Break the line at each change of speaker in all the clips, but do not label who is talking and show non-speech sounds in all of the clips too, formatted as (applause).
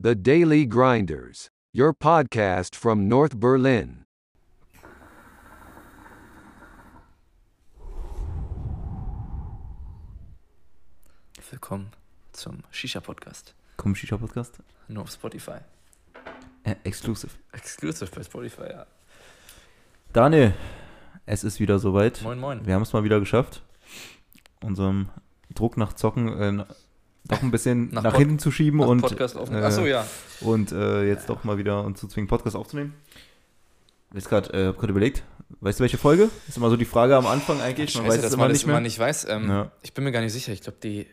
The Daily Grinders, your podcast from North Berlin.
Willkommen zum Shisha-Podcast.
Komm, Shisha-Podcast.
Nur auf Spotify.
Äh, exclusive.
Exclusive bei Spotify, ja.
Daniel, es ist wieder soweit.
Moin, moin.
Wir haben es mal wieder geschafft, unserem Druck nach Zocken äh, doch ein bisschen
Nach
nach,
Pod-
hinten zu schieben
Nach
und,
Podcast auf.
äh,
Achso, ja.
und äh, jetzt doch mal wieder uns zu zwingen, Podcast aufzunehmen. Jetzt gerade äh, hab grad überlegt, weißt du welche Folge? Ist immer so die Frage am Anfang eigentlich. Man
Scheiße,
weiß es
dass
immer
man das
nicht mehr.
immer nicht weiß. Ähm,
Ja.
Ich bin mir gar nicht sicher. Ich glaube, die.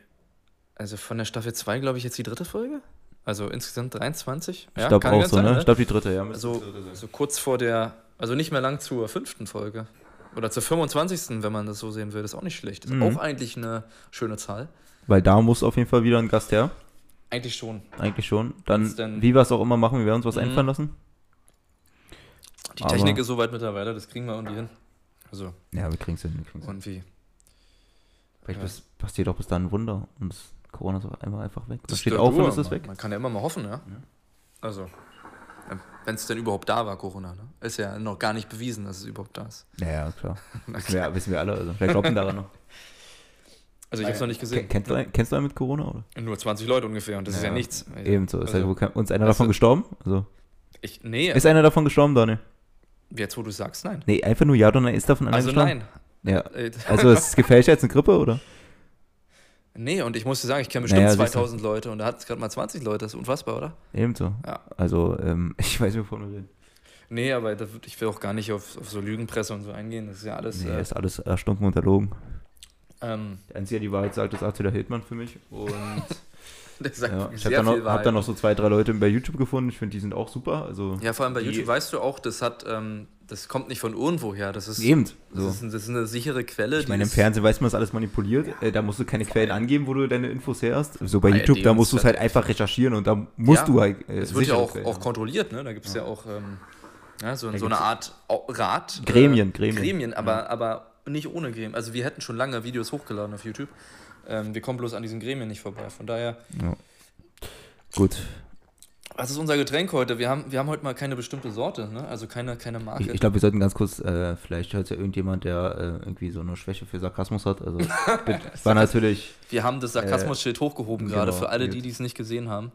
Also von der Staffel 2, glaube ich, jetzt die dritte Folge. Also insgesamt 23.
ich glaube
kann
auch
ganz
so,
sein,
ne? Ich glaube die dritte, ja.
Also so kurz vor der. Also nicht mehr lang zur fünften Folge. Oder zur 25. wenn man das so sehen will. Das ist auch nicht schlecht. Ist
Mhm.
auch eigentlich eine schöne Zahl.
Weil da muss auf jeden Fall wieder ein Gast her.
Eigentlich schon.
Eigentlich schon. Dann,
Ist denn-
wie wir es auch immer machen, wir werden uns was
Mhm.
einfallen lassen.
Die
Aber-
Technik ist soweit mittlerweile. Das kriegen wir irgendwie hin. Also
Ja, wir kriegen es hin. Wir kriegen's hin.
irgendwie.
Vielleicht
Ja.
pass- passiert auch bis dann ein Wunder und das Corona ist auf einmal einfach weg. Das steht
der
auf
Dur,
und es
man,
ist weg.
Man kann ja immer mal hoffen, ja. Also, wenn es denn überhaupt da war, Corona, ne? Ist ja noch gar nicht bewiesen, dass es überhaupt da ist.
Naja,
(laughs)
klar. Wissen wir, wissen wir alle. Also vielleicht glauben daran noch.
Also, ich habe es noch nicht
Ken-
gesehen.
Kennst du, einen- kennst du einen mit Corona? Oder?
Nur 20 Leute ungefähr und das ist ja
Ja,
nichts. Also,
Ebenso. Ist, ja
also,
wohl kein- uns einer
weißt
davon
du-
gestorben? Also,
ich, nee,
Ist einer davon gestorben, Daniel?
jetzt wo du sagst, nein.
Nee, einfach nur ja oder nein. Ist davon einer
Also,
gestorben?
nein.
nein. Ja.
Äh,
Also es ist gefälscht als eine Grippe, oder?
(laughs) nee, und ich muss dir sagen, ich kenne bestimmt
Naja, siehst du.
2000 Leute und da hat es gerade mal 20 Leute. Das ist unfassbar, oder?
Ebenso.
Ja.
Also ähm, (laughs) ich weiß nicht, wovon wir reden.
Nee, aber da, ich will auch gar nicht auf, auf so Lügenpresse und so eingehen. Das ist ja alles.
Nee,
äh,
ist alles erstunken unterlogen.
(laughs) ähm,
Der Einzige, der die Wahrheit sagt, ist halt, Attila Hildmann für mich.
(laughs)
Und
das sagt
ja, ich habe
sehr
dann, noch-
viel
hab
Wahrheit.
dann noch so zwei, drei Leute bei YouTube gefunden. Ich finde, die sind auch super. Also
Ja, vor allem bei
Die-
YouTube weißt du auch, das hat, ähm, das kommt nicht von irgendwo her. Das ist,
eben.
das, ist, das ist eine sichere Quelle.
Ich meine, im
ist-
Fernsehen weiß man, ist alles manipuliert. Äh, Da musst du keine Quellen angeben, wo du deine Infos her hast. So bei
ARD
YouTube, da
und
musst du es halt
ZDF.
einfach recherchieren und da musst
Ja,
du halt. Äh,
Das wird ja
sichere
auch,
Quellen
auch
haben.
kontrolliert, ne? Da gibt es ja. auch ähm, ja, so,
Da
so eine
gibt's-
Art Au- Rat. äh,
Gremien, Gremien.
Gremien, aber, aber nicht ohne Gremien. Also wir hätten schon lange Videos hochgeladen auf YouTube. Ähm, wir kommen bloß an diesen Gremien nicht vorbei. Von daher,
Gut.
was ist unser Getränk heute? Wir haben, wir haben heute mal keine bestimmte Sorte, ne? Also keine, keine Marke.
Ich, ich glaube, wir sollten ganz kurz, äh, vielleicht hört ja irgendjemand, der äh, irgendwie so eine Schwäche für Sarkasmus hat.
(laughs)
Also das war natürlich.
wir haben das Sarkasmus-Schild hochgehoben gerade
genau,
für alle, die
gut.
die es nicht gesehen haben.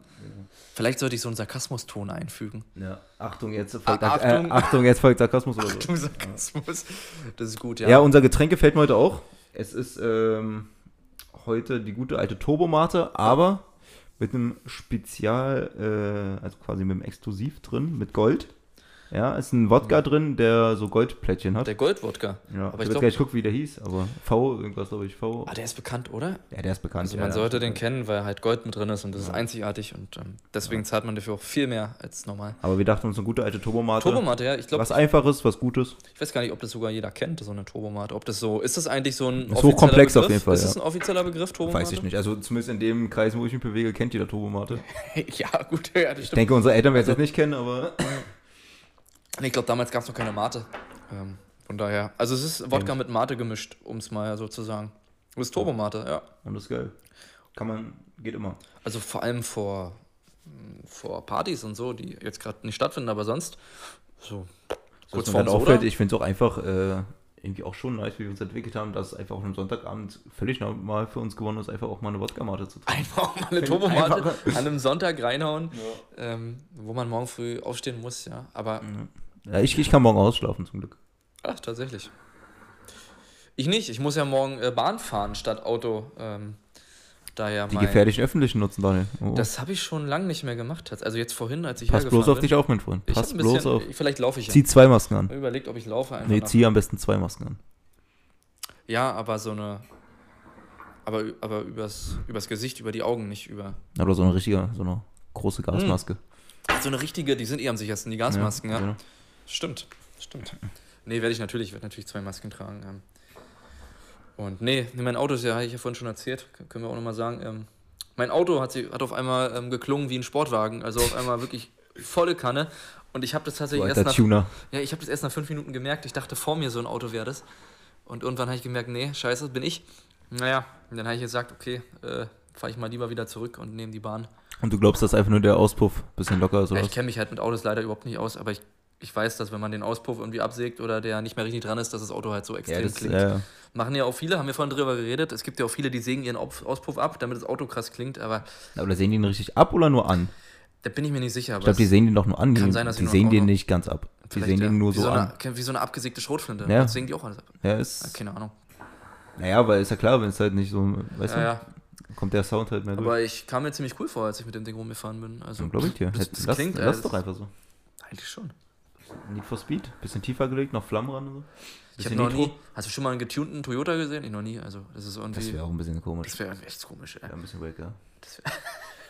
Vielleicht sollte ich so einen Sarkasmuston einfügen. (laughs)
Ja, Achtung, jetzt folgt,
Ah, Achtung.
Achtung. Äh, Achtung, jetzt folgt Sarkasmus oder so.
Achtung, Sarkasmus. Das ist gut, ja.
Ja. unser Getränk gefällt mir heute auch. Es ist ähm, heute die gute alte Turbomate, aber mit einem Spezial, äh, also quasi mit einem Exklusiv drin, mit Gold. Ja, ist ein Wodka drin, der so Goldplättchen hat.
Der Goldwodka. aber ich
ja, ich habe
glaub-
jetzt gleich geguckt, wie der hieß, aber V, irgendwas glaube ich, V.
Ah, der ist bekannt, oder?
Ja, der ist bekannt.
Also
ja,
man
ja.
sollte den kennen, weil halt Gold mit drin ist und das ist einzigartig und ähm, deswegen zahlt man dafür auch viel mehr als normal.
Aber wir dachten uns, eine gute alte Turbomate.
Turbomate, ja, ich glaube,
was Einfaches, was Gutes.
ich weiß gar nicht, ob das sogar jeder kennt, so eine Turbomate. Ob das so, ist das eigentlich so ein
Ist hochkomplex
offizieller
auf jeden
Begriff?
Fall,
Ist das
ja.
ein offizieller Begriff, Turbomate?
Weiß ich nicht. Also zumindest in dem Kreis, wo ich mich bewege, kennt jeder Turbomate.
nicht. (laughs) ja, gut, ja, das stimmt.
Ich
Also
denke, unsere Eltern werden es jetzt nicht
(laughs)
kennen, aber.
Nee, ich glaube, damals gab es noch keine Mate. Ähm, von daher, also es ist Wodka mit Mate gemischt, um es mal so zu sagen. Das ist Turbomate, ja.
Und das ist geil. Kann man, geht immer.
Also vor allem vor, mh, vor Partys und so, die jetzt gerade nicht stattfinden, aber sonst so
Kurz
kurz
was
vorm
mir dann
Soda.
auffällt, ich finde es auch einfach äh, irgendwie auch schon nice, wie wir uns entwickelt haben, dass einfach auf einem Sonntagabend völlig normal für uns geworden ist, einfach auch mal eine Wodka-Mate zu trinken.
Einfach mal eine Turbomate an einem Sonntag reinhauen, ähm, wo man morgen früh aufstehen muss, ja. Aber,
Mhm. Ja, ich, ich kann morgen ausschlafen, zum Glück.
ach, tatsächlich. Ich nicht, ich muss ja morgen äh, Bahn fahren statt Auto. Ähm, daher
Die
mein-
gefährlichen öffentlichen nutzen, Daniel. Oh,
Das habe ich schon lange nicht mehr gemacht. Also jetzt vorhin, als ich
pass
hergefahren
bloß auf
bin.
dich auf, mein Freund.
Ich hab
Pass
ein
bloß
bisschen-
auf.
Vielleicht laufe ich ja.
Zieh zwei Masken an.
Ich hab überlegt, ob ich laufe einfach.
Nee,
nach-
zieh am besten zwei Masken an.
Ja, aber so eine. Aber, aber übers, übers Gesicht, über die Augen, nicht über.
Oder so eine richtige, so eine große Gasmaske.
So eine richtige, die sind eh am sichersten, die Hm, Gasmasken, ja.
genau.
Stimmt, stimmt. Nee, werde ich natürlich, werde natürlich zwei Masken tragen. Ähm. Und nee, nee, mein Auto ist ja, hatte ich ja vorhin schon erzählt, k- können wir auch nochmal sagen. Ähm, mein Auto hat, sie, hat auf einmal ähm, geklungen wie ein Sportwagen, also auf einmal wirklich volle Kanne. Und ich habe das
Du
tatsächlich erst
alter
nach,
Tuner.
ja, ich habe das erst nach fünf Minuten gemerkt. Ich dachte, vor mir so ein Auto wäre das. Und irgendwann habe ich gemerkt, nee, scheiße, bin ich. Naja, und dann habe ich gesagt, okay, äh, fahre ich mal lieber wieder zurück und nehme die Bahn.
Und du glaubst, dass einfach nur der Auspuff ein bisschen locker ist,
Ja,
oder?
ich kenne mich halt mit Autos leider überhaupt nicht aus, aber ich, ich weiß, dass wenn man den Auspuff irgendwie absägt oder der nicht mehr richtig dran ist, dass das Auto halt so
ja,
extrem
das, äh,
klingt.
ja, ja.
Machen ja auch viele, haben wir vorhin drüber geredet. Es gibt ja auch viele, die sägen ihren Auf- Auspuff ab, damit das Auto krass klingt, aber
Aber sehen die ihn richtig ab oder nur an?
da bin ich mir nicht sicher.
Ich
Aber
glaube, die
es-
sehen den doch nur an. Die,
Kann sein, dass
die
sie nur
sehen
am
den
Auto-
nicht ganz ab. Die
vielleicht,
sehen
ja.
den nur
wie
so,
eine,
an.
Wie so eine abgesägte Schrotflinte.
Ja.
Ja. Das sägen die auch alles ab.
Ja, ist,
Keine Ahnung.
Naja, weil ist ja klar, wenn es halt nicht so, weißt
Ja, ja.
du, kommt der Sound halt mehr durch.
Aber ich kam mir ziemlich cool vor, als ich mit dem Ding rumgefahren bin. Also,
Glaube ich dir.
Das,
Hätt-
das
lass,
klingt
lass
äh,
doch einfach so.
Eigentlich schon.
Need for Speed, bisschen tiefer gelegt, noch Flammen ran und so.
Ich habe
Bisschen
noch
Nitro.
nie. Hast du schon mal einen getunten Toyota gesehen? Ich noch nie. Also, das ist
Das
irgendwie.
wäre auch ein bisschen komisch.
Das wäre wär echt komisch, ey.
Ja, ein bisschen wack, ja.
(laughs)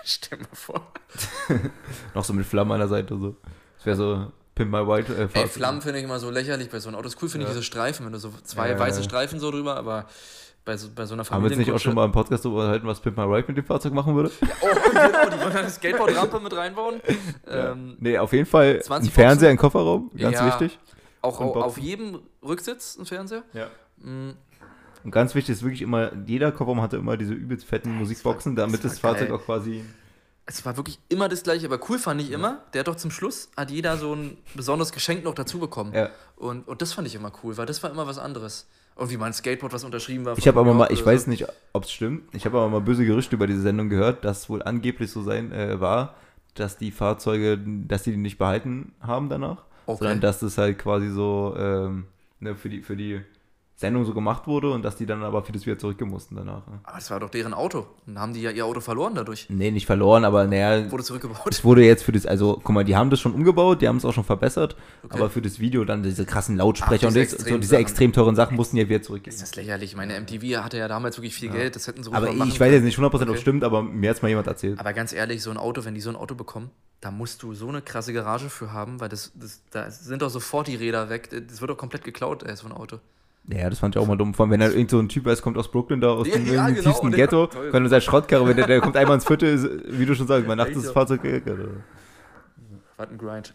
Stell mal vor.
Noch so mit Flammen an der Seite und so. Das wäre so Pimp My White. Äh,
Ey,
Fahrzeug.
Flammen finde ich immer so lächerlich bei so einem Auto. Das cool finde ich
Ja.
diese Streifen, wenn du so zwei
Ja, ja,
weiße
ja.
Streifen so drüber, aber bei so, bei so einer
Haben wir
Familie.
jetzt nicht auch schon mal im Podcast darüber unterhalten, was Pimp My Ride mit dem Fahrzeug machen würde?
Oh, genau, die wollen eine Skateboardrampe mit
(laughs)
reinbauen. Ähm,
Nee, auf
(laughs)
jeden Fall
20
ein
Boxen.
Fernseher, ein Kofferraum, ganz
Ja.
wichtig.
auch
Und
au- auf
Boxen.
jedem Rücksitz ein Fernseher.
Ja.
Mm,
Und ganz wichtig ist wirklich immer, jeder Kofferraum hatte immer diese übelst fetten Musikboxen, damit das,
das war
Fahrzeug
geil.
auch quasi.
Es war wirklich immer das gleiche, aber cool fand ich immer. Der hat doch zum Schluss, hat jeder so ein besonderes Geschenk noch dazu bekommen.
Ja.
Und, und das fand ich immer cool, weil das war immer was anderes. Irgendwie mal ein Skateboard, was unterschrieben war.
Ich
von
habe aber
New
mal,
York
ich
oder
weiß
so.
nicht, ob es stimmt, ich habe aber mal böse Gerüchte über diese Sendung gehört, dass wohl angeblich so sein äh, war, dass die Fahrzeuge, dass die die nicht behalten haben danach,
Okay.
sondern dass das halt quasi so ähm, ne, für, die, für die Sendung so gemacht wurde und dass die dann aber vieles wieder zurückgeben mussten danach. Ne?
Aber das war doch deren Auto. Dann haben die ja ihr Auto verloren dadurch.
Nee, nicht verloren, aber naja,
Wurde zurückgebaut.
es wurde jetzt für das, also guck mal, die haben das schon umgebaut, die haben es auch schon verbessert,
Okay.
aber für das Video dann diese krassen Lautsprecher
Ach, diese
und das, so
extremen
diese
Sachen.
extrem teuren Sachen mussten ja wieder zurückgehen.
Ist das lächerlich? Ich meine, MTV hatte ja damals wirklich viel Geld, das hätten sie ruhig
Aber
mal
ich,
machen
weiß
können.
jetzt nicht 100%, ob
Okay.
es stimmt, aber mir hat es mal jemand erzählt.
Aber ganz ehrlich, so ein Auto, wenn die so ein Auto bekommen, da musst du so eine krasse Garage für haben, weil das, das da sind doch sofort die Räder weg. Das wird doch komplett geklaut, ey, so ein Auto.
Ja, das fand ich auch mal dumm. Vor allem, wenn da irgend so ein Typ ist, kommt aus Brooklyn da, aus
Ja,
dem
ja,
irgendwie
genau,
tiefsten
der-
Ghetto,
toll.
kommt mit seiner Schrottkarre, wenn der, der kommt einmal ins Viertel, ist, wie du schon sagst, man nachts
Echt
ist das
so.
Fahrzeug geeckert.
Was ein Grind.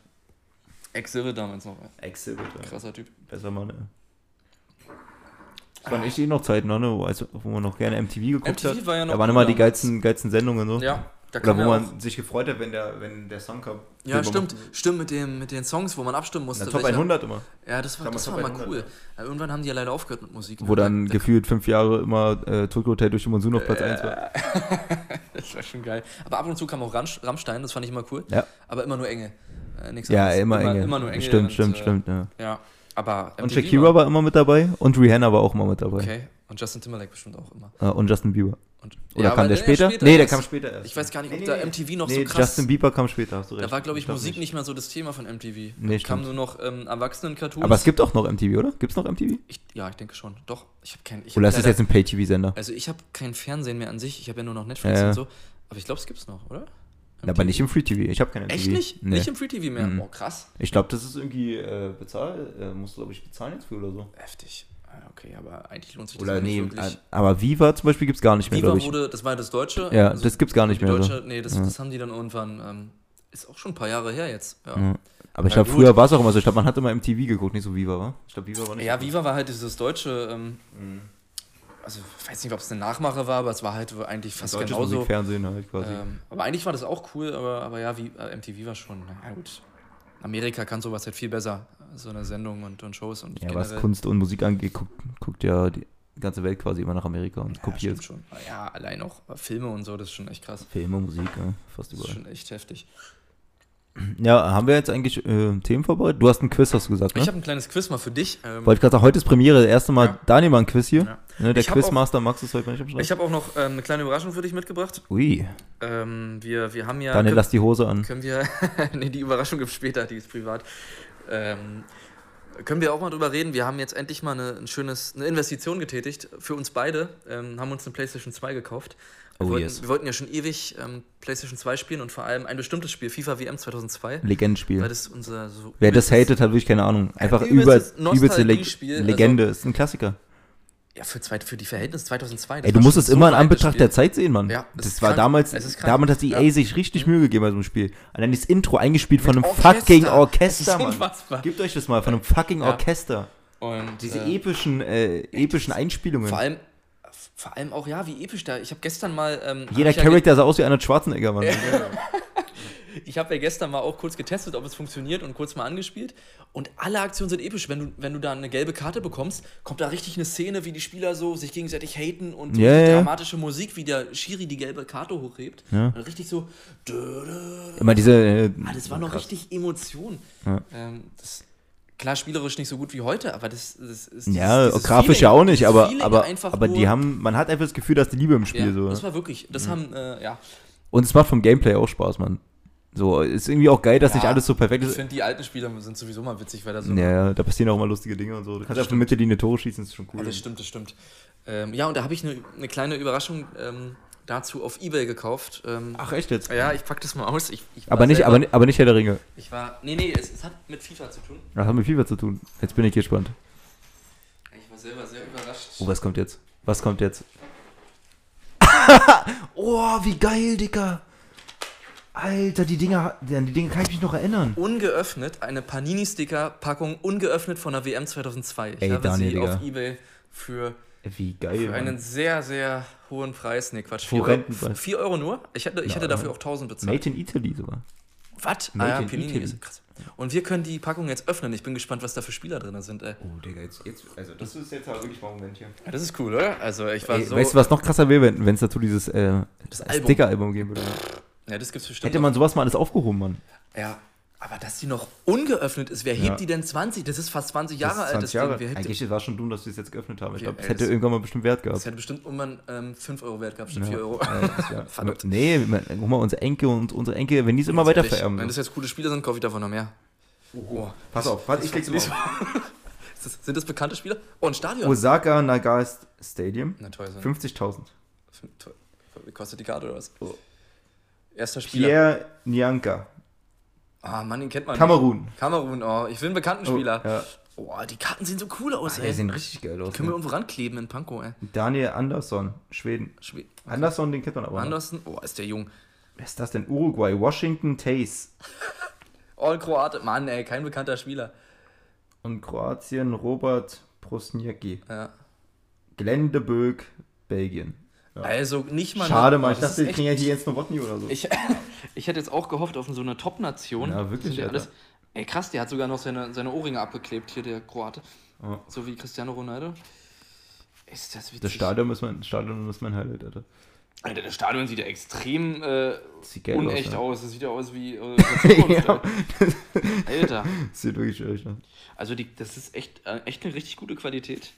Exhibit damals noch, ey.
Exhibit,
krasser Typ.
Besser Mann, ey. Das waren echt eh noch Zeiten, ne, wo, also, wo man noch gerne MTV geguckt
MTV
hat.
war ja noch
da waren immer die
damals.
geilsten, geilsten Sendungen so.
Ja, da
Oder
kam
wo
ja, auch,
man sich gefreut hat, wenn der, wenn der Song kam.
ja
Den man-
stimmt, stimmt mit, dem, mit den Songs, wo man abstimmen musste.
Na, Top
welcher-
100 immer.
Ja, das war,
Damals
das war
Top
mal
100,
cool. Ja, Irgendwann haben die ja leider aufgehört mit Musik. ne?
Wo dann gefühlt fünf Jahre immer äh, Tokyo Hotel durch den Monsun auf Platz 1
Äh,
war.
(laughs) Das war schon geil. Aber ab und zu kam auch Ramsch- Rammstein, das fand ich immer cool.
Ja.
Aber immer nur Enge. Äh, nichts
Ja,
anderes.
immer, enge.
Immer nur Enge.
Stimmt,
und,
stimmt,
äh,
stimmt. Ja.
Ja, aber.
Und
MTV
Shakira war immer mit dabei und Rihanna war auch immer mit dabei.
Okay, und Justin Timberlake bestimmt auch immer.
Äh, und Justin Bieber.
Und,
Oder
Ja,
kam
aber
der
nee,
später? nee, der
erst.
kam später erst.
Ich weiß gar nicht, ob
Nee,
da
nee,
MTV noch
nee,
so krass.
Justin Bieber kam später, hast du recht.
da war, glaube ich,
glaub
Musik nicht. mehr so das Thema von MTV. kam
Nee, stimmt.
nur noch ähm, Erwachsenen-Cartoons.
Aber es gibt auch noch MTV, oder? Gibt's noch MTV?
Ich, ja, ich denke schon. Doch, ich habe kein. Ich
Oder
hab
ist das
leider-
jetzt ein Pay-TV-Sender?
Also, ich habe kein Fernsehen mehr an sich. Ich habe ja nur noch Netflix
Ja.
und so. Aber ich glaube, es gibt's noch, oder?
Aber
MTV?
nicht im Free-TV. Ich habe keine
Echt
MTV.
nicht?
Nee.
Nicht im Free TV mehr.
Mhm.
Boah, krass.
ich glaube, das ist irgendwie äh, bezahlt. Äh, musst du, glaube ich, bezahlen jetzt für oder so.
Heftig. Ah, Okay, aber eigentlich lohnt sich das
Oder
auch
nee,
nicht wirklich.
äh, aber Viva zum Beispiel gibt's gar nicht mehr,
Viva
glaube ich.
wurde, das war ja das Deutsche.
Ja,
also
das gibt's gar nicht
die
mehr. so.
Deutsche, nee, das, das haben die dann irgendwann. Ähm, ist auch schon ein paar Jahre her jetzt. Ja,
Ja. Aber ich
Na
glaube,
gut.
früher war es auch immer so. Ich glaube, man hat immer MTV geguckt, nicht so Viva, war. Ich glaube, Viva war nicht.
ja Viva war halt dieses deutsche. Ähm,
Mhm.
Also, ich weiß nicht, ob es eine Nachmache war, aber es war halt eigentlich fast
Deutsches
genauso.
Musikfernsehen halt quasi.
Ähm, aber eigentlich war das auch cool, aber, aber ja, wie, äh, MTV war schon. Na gut. Amerika kann sowas halt viel besser. So eine Sendung und, und Shows und
Ja, was Kunst und Musik angeht, guckt, guckt ja die ganze Welt quasi immer nach Amerika und
ja,
kopiert
stimmt schon. Ah Ja, allein auch Filme und so, das ist schon echt krass.
Filme, Musik, ja, fast
Das ist
überall.
schon echt heftig.
Ja, haben wir jetzt eigentlich äh, Themen vorbereitet? Du hast einen Quiz, hast du gesagt,
Ich
ne?
habe ein kleines Quiz mal für dich. Ähm,
Wollte ich gerade sagen, heute ist Premiere, das erste Mal
Ja.
Daniel mal ein Quiz hier.
Ja.
Ne, der
Ich hab auch-
Quizmaster Max ist heute nicht am Start.
ich habe auch noch ähm, eine kleine Überraschung für dich mitgebracht.
Ui,
Ähm, wir, wir haben ja.
Daniel,
können,
lass die Hose an.
können wir. (laughs) nee, die Überraschung gibt später, die ist privat. Ähm, können wir auch mal drüber reden? Wir haben jetzt endlich mal eine, ein schönes, eine Investition getätigt für uns beide. Ähm, haben uns eine PlayStation 2 gekauft. Wir,
Oh,
wollten,
yes.
wir wollten ja schon ewig ähm, PlayStation 2 spielen und vor allem ein bestimmtes Spiel, FIFA WM 2002. Weil
Legendenspiel.
das unser so.
Wer das hatet, hat wirklich keine Ahnung. Einfach
Ein
über,
übelstes
übelste Le
Nostalgiespiel, also-
Legende. ist ein Klassiker.
Ja, für, zwei, für die Verhältnisse 2002. das
Ey, du
war
musst
schon
es immer
ein
in
altes
Anbetracht
Spiel.
der Zeit sehen, Mann.
Ja,
das
es ist
war
krank.
damals,
Es ist krank.
damals hat die EA
Ja.
sich richtig Mühe gegeben bei so einem Spiel. Allein das Intro eingespielt von einem
Orchester. (laughs)
fucking
Das ist
Orchester, Mann.
unfassbar.
Gebt euch das mal, von einem fucking
Ja.
Orchester.
Und
Diese
äh,
epischen, äh, epischen Einspielungen.
vor allem Vor allem auch, ja, wie episch da. Ich habe gestern mal. Ähm,
Jeder
hab ich
Charakter sah aus wie Arnold Schwarzenegger, Mann.
Ja, ich habe ja gestern mal auch kurz getestet, ob es funktioniert und kurz mal angespielt. Und alle Aktionen sind episch. Wenn du, wenn du da eine gelbe Karte bekommst, kommt da richtig eine Szene, wie die Spieler so sich gegenseitig haten und so
Ja,
richtig
ja.
dramatische Musik, wie der Schiri die gelbe Karte hochhebt.
Ja.
Und richtig so. Dö, dö, dö.
Immer diese. Äh,
Ah, das war noch richtig Emotion.
Ja.
Ähm, das, klar, spielerisch nicht so gut wie heute, aber das, das ist.
ja,
dieses
grafisch ja
Feeling-
auch nicht,
dieses
aber,
Feeling
aber,
einfach
aber die
nur-
haben, man hat einfach das Gefühl, dass die Liebe im Spiel
Ja,
so. ne?
Das war wirklich. Das haben, äh, ja.
Und es macht vom Gameplay auch Spaß, Mann. So, ist irgendwie auch geil, dass nicht
Ja,
alles so perfekt
Ich
ist.
finde, die alten Spieler sind sowieso mal witzig, weil da so.
Ja, ja, da passieren auch immer lustige Dinge und so. Du kannst auf der Mittellinie Tore schießen, das ist schon cool.
Ja, Oh, das stimmt, das stimmt. Ähm, ja, und da habe ich eine eine kleine Überraschung ähm, dazu auf Ebay gekauft. Ähm,
Ach, echt jetzt?
ja, ich pack das mal aus. Ich, ich war
Aber nicht,
selber-
aber, aber nicht Herr der Ringe.
Ich war. Nee, nee, es, es hat mit FIFA zu tun.
Das hat mit FIFA zu tun. Jetzt bin ich gespannt.
Ich war selber sehr überrascht.
Oh, was kommt jetzt? Was kommt jetzt? (laughs) oh, wie geil, Dicker. Alter, die Dinger, an die Dinger kann ich mich noch erinnern.
Ungeöffnet, eine Panini-Sticker-Packung ungeöffnet von der WM 2002. Ich
Ey,
habe
Daniel,
sie
Digga.
auf Ebay für,
Wie
für
geil.
einen
Mann.
sehr, sehr hohen Preis. Nee, Quatsch. 4
Vor
Euro,
Rentenpreis.
vier Euro nur? Ich hätte, ich hätte dafür auch 1000 bezahlt.
Made in Italy sogar.
Was?
Made
ah, ja,
in
Panini
Italy.
ist krass. Und wir können die Packung jetzt öffnen. Ich bin gespannt, was da für Spieler drin sind, ey.
Oh, Digga, jetzt, jetzt, also das ist jetzt halt wirklich mal ein Moment hier.
Ja, das ist cool, oder? Also ich war
Ey,
so.
weißt du, was noch krasser wäre, wenn es dazu dieses äh,
Album. Genau.
Sticker-Album geben würde?
ja, das gibt's bestimmt.
Hätte man sowas mal alles aufgehoben, Mann.
noch. ja, aber dass die noch ungeöffnet ist, wer hebt
Ja.
die denn 20? Das ist fast 20
Das
Jahre
ist
alt. Das
20 Jahre.
Ding. Wer hebt,
Eigentlich war es schon dumm, dass wir es jetzt geöffnet haben. Ich
Ja,
glaube, es
ey,
hätte
das-
irgendwann mal bestimmt Wert
das
gehabt.
hätte bestimmt irgendwann ähm, 5 Euro wert gehabt, statt
Ja.
4 Euro.
Äh, das
(laughs)
wär-
Verdammt.
nee, man- guck mal, unsere Enkel und unsere Enkel, wenn die es immer weiter vererben.
Wenn das jetzt coole Spieler sind, kaufe ich davon noch mehr. Oh,
Pass auf, warte, ich leg's mal auf.
Ist das, sind das bekannte Spieler? Oh, ein Stadion.
Osaka Nagast Stadium,
Na toll, also. so ein-
50.000.
fünf- toll. Wie kostet die Karte oder was?
Oh.
Erster Spieler.
Pierre Nyanka,
Ah, Mann, den kennt man.
Kamerun.
nicht. Kamerun, oh, ich will einen bekannten Spieler.
Oh, ja.
Oh, die Karten sehen so cool aus, ey.
Alter, die Hm. sehen richtig geil aus.
Können wir
Ne?
irgendwo rankleben in Pankow, ey.
Daniel Andersson, Schweden.
Schweden.
Andersson, den kennt man aber. noch.
Andersen, oh, ist der jung.
Wer ist das denn? Uruguay, Washington Tays.
All Kroate, Mann, ey, kein bekannter Spieler.
Und Kroatien, Robert Prosniecki.
Ja.
Glendeböck, Belgien.
Also nicht mal.
Schade, Mann.
Oh,
Ich
das
dachte,
ist
ich kriege ja hier Jens Nowotny oder so.
echt, ich, (laughs) ich hätte jetzt auch gehofft auf so eine Top-Nation.
Ja, wirklich,
Sind ja
Alter.
alles- Ey, krass, der hat sogar noch seine, seine Ohrringe abgeklebt, hier der Kroate.
Ja.
So wie Cristiano Ronaldo. Ist das witzig.
Das Stadion ist mein, Stadion ist mein Highlight, Alter.
Alter, das Stadion sieht ja extrem äh,
Sieht geil
unecht
aus,
aus. Das sieht ja aus wie.
(laughs)
Äh, Zukunft,
Ja.
Alter. Alter.
Sieht wirklich schwierig aus.
Also die, das ist echt, äh, echt eine richtig gute Qualität.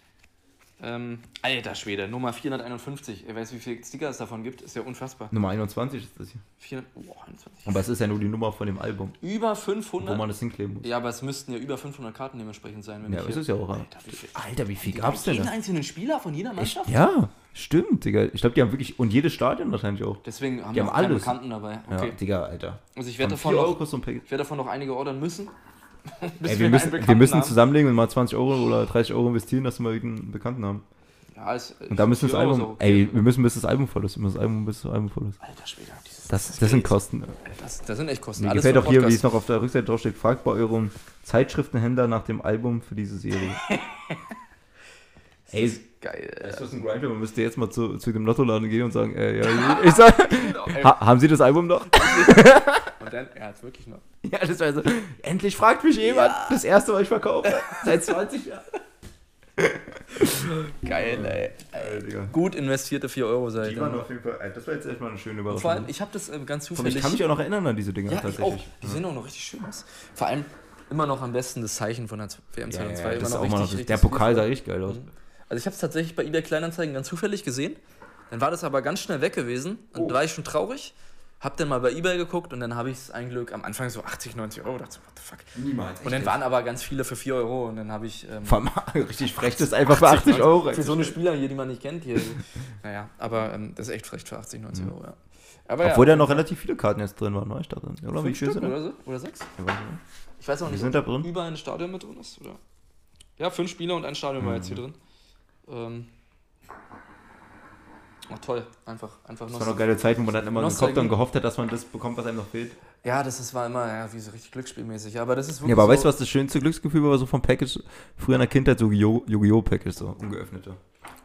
Ähm, alter Schwede, Nummer 451. Wer weiß, wie viele Sticker es davon gibt, ist ja unfassbar.
Nummer 21 ist das hier.
400, boah, 21.
Aber es ist ja nur die Nummer von dem Album,
Über
wo
500.
man das hinkleben muss.
Ja, aber es müssten ja über 500 Karten dementsprechend sein. Wenn
Ja,
ich
aber es
hier-
ist ja auch.
Alter, wie viel,
Alter, wie viel
gab's denn jeden einzelnen Spieler von jeder Mannschaft?
Ja, stimmt, Digga. Ich glaube, die haben wirklich. Und jedes Stadion wahrscheinlich auch.
Deswegen haben
Die
wir
haben
auch keinen
alles.
Bekannten dabei.
Ja,
Okay.
Digga, Alter.
Also ich werde
Von
davon,
4 Euro
noch-
kostet so ein Paket.
ich werd davon noch einige ordern müssen. (laughs) bis
Ey,
einen
wir müssen, wir
Bekannten
müssen
haben.
zusammenlegen und mal 20 Euro oder 30 Euro investieren, dass wir mal irgendeinen Bekannten haben.
Ja, es,
Und da müssen wir das Album.
Ey,
Ey, wir müssen bis das Album voll ist. Immer das Album bis das Album voll ist.
Alter Schwede, dieses,
Das, das sind Kosten.
das, das sind echt Kosten.
Mir
Alles
gefällt
für
auch hier, wie
Podcast.
es noch auf der Rückseite draufsteht, fragt bei eurem Zeitschriftenhändler nach dem Album für diese (laughs) Serie. Ey,
Geil.
das ist ein Grinder, man müsste jetzt mal zu, zu dem Lottoladen gehen und sagen, äh, ja, ich sag, (laughs) ha, haben Sie das Album noch?
Und dann, er hat's wirklich noch.
(laughs) Ja, das war so, endlich fragt mich jemand, das erste, was ich verkaufe, seit 20 Jahren.
Geil, ey.
(laughs) Ey, Digga.
Gut investierte 4 Euro seid.
Die waren auf jeden Fall, ey, das war jetzt echt mal eine schöne
Vor allem,
Überraschung.
ich habe das ähm, ganz
Und
zufällig.
ich kann mich auch noch erinnern an diese Dinger
ja, ich auch.
tatsächlich.
Die sehen auch noch richtig schön aus. Vor allem immer noch am besten das Zeichen von der Z- WM
Ja,
22.
ja, das ist
immer
auch
noch
mal
richtig,
noch,
richtig
der Pokal
liebevoll.
sah richtig Mhm. geil aus.
Also ich habe es tatsächlich bei eBay Kleinanzeigen ganz zufällig gesehen. Dann war das aber ganz schnell weg gewesen. Dann
Oh.
war ich schon traurig. Hab dann mal bei eBay geguckt und dann habe ich es ein Glück am Anfang so 80, 90 Euro. Dachte so, what the fuck.
Niemals.
Und dann waren aber ganz viele für 4 Euro und dann habe ich. Ähm,
Vor allem (laughs) richtig frech, das ist einfach für 80 Euro.
Für so eine Spieler hier, die man nicht kennt.
(laughs)
Hier. naja, aber ähm, das ist echt frech für 80, 90 Euro, ja. Aber
Mhm. Obwohl
ja,
da noch relativ viele Karten jetzt drin waren, war ich da drin. Oder wie
fünf
viel
Stück
sind da?
oder so? Oder sechs?
Ja, warte mal.
Ich weiß auch
Wir
nicht,
sind
ob
da drin.
überall ein Stadion mit drin ist. Oder? Ja, fünf Spieler und ein Stadion war jetzt hier
Mhm.
drin. Ähm. Oh, toll. Einfach, einfach
Das waren
noch.
auch geile Zeiten, wo man dann immer
Nostalgie.
im Kopf dann gehofft hat, dass man das bekommt, was einem noch fehlt.
Ja, das ist, war immer ja, wie so richtig glücksspielmäßig. Aber das ist wirklich.
Ja, aber
so,
weißt du, was das schönste Glücksgefühl war, so vom Package früher in der Kindheit, so Yu- Yu-Gi-Oh! Package, so ungeöffnete.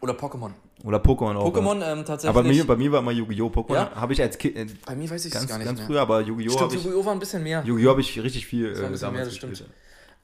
Oder Pokémon.
Oder Pokémon auch. ne?
Pokémon ähm, tatsächlich.
Oh Aber bei mir, bei mir war immer Yu-Gi-Oh! Pokémon
Ja?
habe ich als Kind äh,
Bei mir weiß ich es
ganz,
gar nicht
ganz
mehr.
früher, aber Yu-Gi-Oh!
Stimmt,
habe ich,
Yu-Gi-Oh! war ein bisschen mehr.
Yu-Gi-Oh! habe ich richtig viel
Das war ein
äh,
bisschen
damals
mehr, das
gespielt.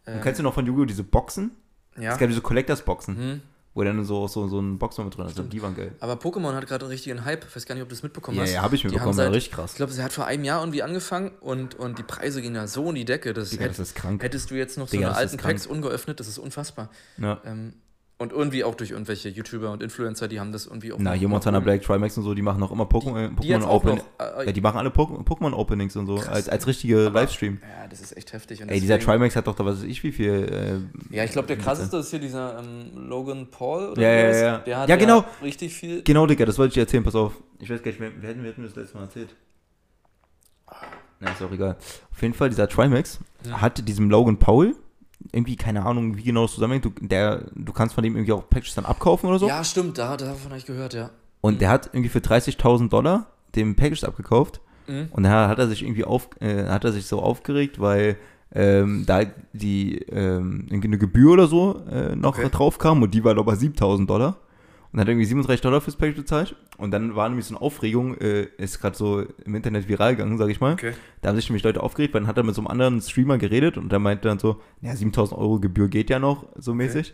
stimmt.
Und kennst du noch von Yu-Gi-Oh! diese Boxen?
ja.
Es gab diese Collectors-Boxen,
Hm.
wo dann so, so, so ein Boxer mit drin ist. Die waren geil.
Aber Pokémon hat gerade einen richtigen Hype. Ich weiß gar nicht, ob du das mitbekommen
Ja,
hast.
ja, habe ich
Die haben
mitbekommen, war
seit,
richtig krass.
Ich glaube, sie hat vor einem Jahr irgendwie angefangen und, und die Preise gehen ja so in die Decke. Das
Digga, das ist krank.
Hättest du jetzt noch
Digga,
so
das
eine
ist
alten
krank.
Packs ungeöffnet, das ist unfassbar.
Ja.
Ähm, und irgendwie auch durch irgendwelche YouTuber und Influencer, die haben das irgendwie auch.
Na, hier Montana Black, Trimax und so, die machen auch immer Pokémon
die jetzt
Pokémon
auch
Open.
noch. Äh, äh,
Ja, die machen alle Poké- Pokémon-Openings und so, als, als richtige Livestream.
Ja, das ist echt heftig. Und
Ey, dieser
deswegen-
Trimax hat doch da was weiß ich wie viel. Äh,
Ja, ich glaube, der krasseste ist hier dieser ähm, Logan Paul oder
Ja,
wie
ja,
der heißt.
ja.
Der hat
Ja,
ja,
genau.
richtig viel.
Genau, Digga, das wollte ich dir erzählen, pass auf. Ich weiß gar nicht mehr, wer hätten wir das letzte Mal erzählt? Na, ist auch egal. Auf jeden Fall, dieser Trimax hat diesem Logan Paul irgendwie, keine Ahnung, wie genau das zusammenhängt, du, der, du kannst von dem irgendwie auch Packages dann abkaufen oder so.
Ja, stimmt, da, davon habe ich gehört, ja.
Und der hat irgendwie für 30.000 Dollar dem Package abgekauft.
Mhm.
Und da hat er sich irgendwie auf, äh, hat er sich so aufgeregt, weil ähm, da die ähm, irgendwie eine Gebühr oder so äh, noch
Okay.
drauf kam und die war glaube ich 7.000 Dollar. Und hat irgendwie 37 Dollar fürs Package bezahlt. Und dann war nämlich so eine Aufregung, äh, ist gerade so im Internet viral gegangen, sage ich mal.
Okay.
Da haben sich nämlich Leute aufgeregt, weil dann hat er mit so einem anderen Streamer geredet und der meinte dann so, naja, 7000 Euro Gebühr geht ja noch, so mäßig.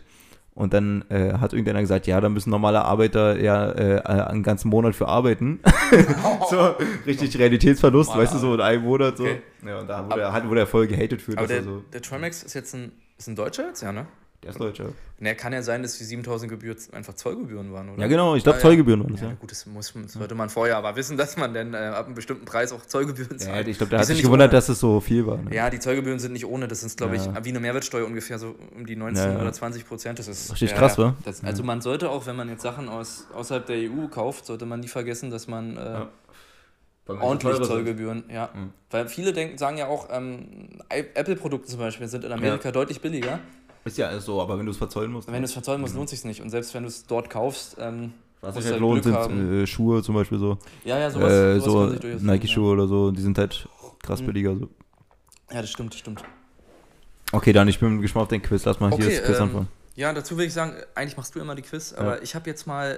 Und dann äh, hat irgendeiner gesagt, ja, da müssen normale Arbeiter ja äh, einen ganzen Monat für arbeiten. (laughs) (laughs) so, richtig Realitätsverlust, weißt du, so in einem Monat so.
Okay.
Ja, und da wurde, er, hat, wurde er voll gehatet für,
Aber
dass
der,
er so,
der Trimax ist jetzt ein, ist ein Deutscher jetzt, ja, ne?
der ist Deutscher.
Na, kann ja sein, dass die 7000 Gebühren einfach Zollgebühren waren, oder?
Ja, genau, ich glaube,
Ah, ja.
Zollgebühren waren das,
Ja,
ja.
na gut, das, muss, man- das sollte man vorher aber wissen, dass man denn äh, ab einem bestimmten Preis auch Zollgebühren
ja.
zahlt.
ich glaube, der
Die
hat
sind
sich
nicht
gewundert,
ohne.
dass es so viel war. Ne?
Ja, die Zollgebühren sind nicht ohne. Das sind, glaube
Ja.
ich, wie eine Mehrwertsteuer ungefähr, so um die 19
Ja, ja.
oder 20 Prozent. Das ist
Richtig krass, wa?
Das, also man sollte auch, wenn man jetzt Sachen aus, außerhalb der EU kauft, sollte man nie vergessen, dass man äh,
Ja.
ordentlich Zollgebühren, ja. Weil viele denken, sagen ja auch, ähm, I- Apple-Produkte zum Beispiel sind in Amerika deutlich billiger.
Ist ja so, aber wenn du es verzollen musst. ne?
Und wenn du es verzollen
Mhm.
musst, lohnt es sich nicht. Und selbst wenn du es dort kaufst, ähm,
was
musst
sich
du halt
halt lohnt,
Glück
sind
haben.
äh, Schuhe zum Beispiel so.
ja, ja, sowas,
äh,
sowas
so
kann sich Mhm. durchaus lohnen,
Nike-Schuhe oder so, die sind halt krass billiger. So.
Ja. ja, das stimmt, das stimmt.
Okay, dann, ich bin gespannt auf den Quiz. Lass mal hier
Okay,
das Quiz
ähm,
anfangen.
Ja, dazu will ich sagen, eigentlich machst du immer die Quiz, aber ich habe jetzt mal,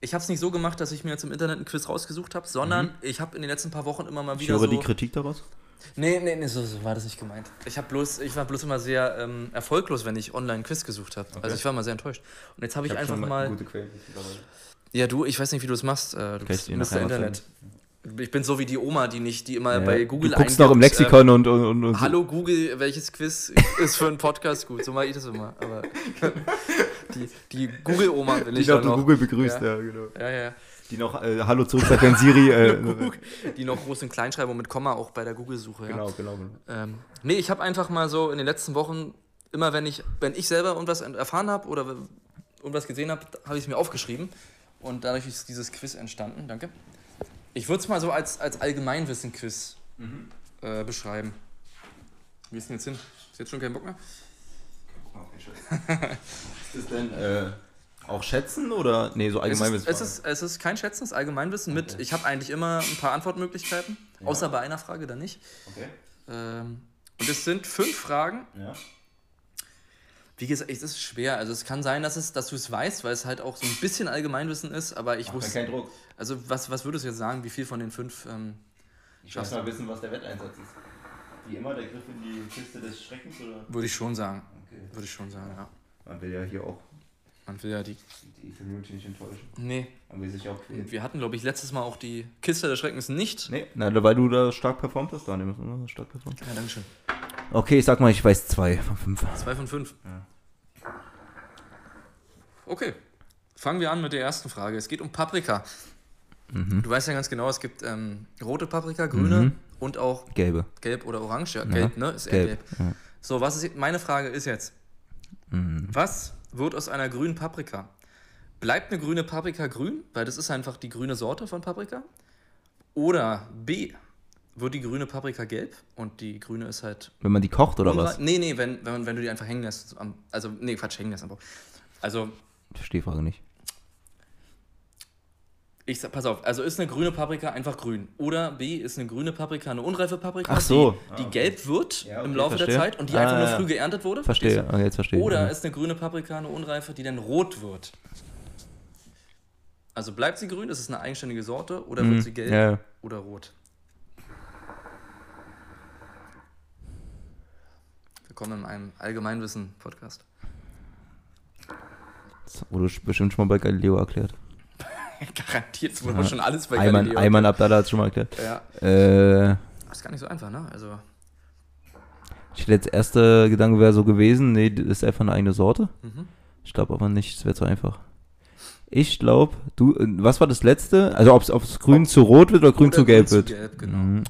ich habe es nicht so gemacht, dass ich mir jetzt im Internet einen Quiz rausgesucht habe, sondern ich habe in den letzten paar Wochen immer mal
Mhm. Ich
wieder
höre
so...
die Kritik daraus.
nee, nee, nee, so, so war das nicht gemeint. Ich habe bloß, ich war bloß immer sehr ähm, erfolglos, wenn ich online einen Quiz gesucht habe. Also ich war mal sehr enttäuscht. Und jetzt habe ich, einfach mal, ja du, ich weiß nicht, wie du es machst, äh, du
ich
bist
dir
Mr.
nachher mal
Internet. Ich bin so wie die Oma, die nicht, die immer
Ja,
bei Google
du guckst noch im
eingibt, äh,
Lexikon und, und, und, und
Hallo Google, welches Quiz ist für einen Podcast gut? So mache ich das immer.
(laughs)
Aber die, die Google-Oma will
die
ich dann
noch
noch.
Google begrüßt.
Ja.
Ja. genau.
Ja, ja,
Die noch äh, Hallo zurück sagt, wenn
(laughs)
Siri. Äh,
ja. Die noch groß und Kleinschreibung mit Komma auch bei der Google-Suche. Ja.
genau, genau. genau.
Ähm, nee, ich habe einfach mal so in den letzten Wochen, immer wenn ich, wenn ich selber irgendwas erfahren habe oder irgendwas gesehen habe, habe ich es mir aufgeschrieben. Und dadurch ist dieses Quiz entstanden. Danke. Ich würde es mal so als, als Allgemeinwissen-Quiz
Mhm.
äh, beschreiben. Wie ist denn jetzt hin? Ist jetzt schon kein Bock mehr?
Ist das denn äh, auch Schätzen oder? Nee, so
Es
allgemein
ist, es, ist, es ist kein Schätzen, es ist Allgemeinwissen mit. Ich habe eigentlich immer ein paar Antwortmöglichkeiten, außer bei einer Frage dann nicht.
Okay.
Ähm, und es sind fünf Fragen.
Ja.
Wie gesagt, es ist schwer. Also es kann sein, dass, es, dass du es weißt, weil es halt auch so ein bisschen Allgemeinwissen ist, aber ich wusste.
Druck.
Also was, was würdest du jetzt sagen, wie viel von den fünf? Ähm,
Ich
Schaffst
mal wissen, was der Wetteinsatz ist. Wie immer, der Griff in die Kiste des Schreckens oder?
würde ich schon sagen. Würde ich schon sagen, ja.
Man will ja hier auch
Man will ja die.
die Community nicht enttäuschen.
Nee.
Man will sich auch
Und wir hatten, glaube ich, letztes Mal auch die Kiste des Schreckens nicht.
Nee, na, weil du da stark performt hast, Daniel. Ne? Stark performt.
Ja, dankeschön.
Okay, ich sag mal, ich weiß zwei von fünf.
Zwei von fünf. Okay. Fangen wir an mit der ersten Frage. Es geht um Paprika. Du weißt ja ganz genau, es gibt ähm, rote Paprika, grüne und auch
Gelbe.
gelb oder orange. Mhm. Ja, gelb, ne? Ist eher gelb.
Gelb. Ja.
So, was ist meine Frage ist jetzt: Mhm. Was wird aus einer grünen Paprika? Bleibt eine grüne Paprika grün, weil das ist einfach die grüne Sorte von Paprika? Oder B, wird die grüne Paprika gelb und die grüne ist halt
Wenn man die kocht oder
Unreif-
was?
Nee, nee, wenn, wenn, wenn du die einfach hängen lässt. am- Also, nee, Quatsch, hängen lässt. am Baum. Also,
Ich verstehe die Frage nicht.
ich sag, pass auf, also ist eine grüne Paprika einfach grün. Oder B, ist eine grüne Paprika eine unreife Paprika,
Ach so.
die, die gelb wird
Ja, okay,
im Laufe
verstehe.
der Zeit und die
Ah,
einfach nur
ja.
früh geerntet wurde.
Verstehe,
verstehst
ah, jetzt
du?
verstehe ich.
Oder
Ja.
ist eine grüne Paprika eine unreife, die dann rot wird? Also bleibt sie grün, ist es eine eigenständige Sorte oder
Mhm.
wird sie gelb
Ja, ja.
oder rot? Willkommen in einem Allgemeinwissen-Podcast.
Das wurde sch- bestimmt schon mal bei Galileo erklärt.
Garantiert wurde
Ja.
schon alles bei
Ayman,
Galileo.
Ayman Abdallah hat es schon mal erklärt.
Ja,
Äh,
ist gar nicht so einfach, ne? Also,
ich hätte jetzt erster Gedanke wäre so gewesen, nee, das ist einfach eine eigene Sorte.
mhm.
Ich glaube aber nicht, es wäre zu einfach. Ich glaube, du, äh, was war das letzte? Also ob es grün zu rot wird oder grün
Oder
zu gelb wird.
gelb, genau.
Mhm.
Mhm.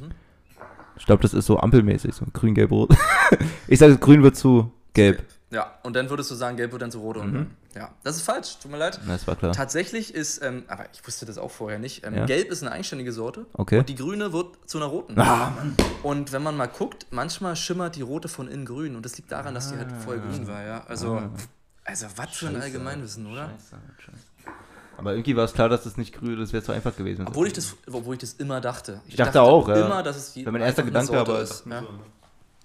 Ich glaube, das ist so ampelmäßig, so grün, gelb, rot. (laughs) ich sage, grün wird zu gelb.
Ja, und dann würdest du sagen, gelb wird dann zu rot. Und
Mhm.
ja, das ist falsch, tut mir leid.
Na, das war klar.
Tatsächlich ist, ähm, aber ich wusste das auch vorher nicht, ähm,
Ja.
gelb ist eine eigenständige Sorte.
Okay. Ah,
Die grüne wird zu einer roten. Und wenn man mal guckt, manchmal schimmert die rote von innen grün. Und das liegt daran, dass die halt vorher grün war, ja. Also,
Ah.
also was für ein
Scheiße.
Allgemeinwissen, oder?
Aber irgendwie war es klar, dass das nicht grün, das wäre zu einfach gewesen.
Obwohl ich, das, obwohl ich das immer dachte. Ich,
dachte auch, ja.
Immer, dass es die
Wenn mein erster
einfach eine
Gedanke
Sorte
aber
ist. Ja.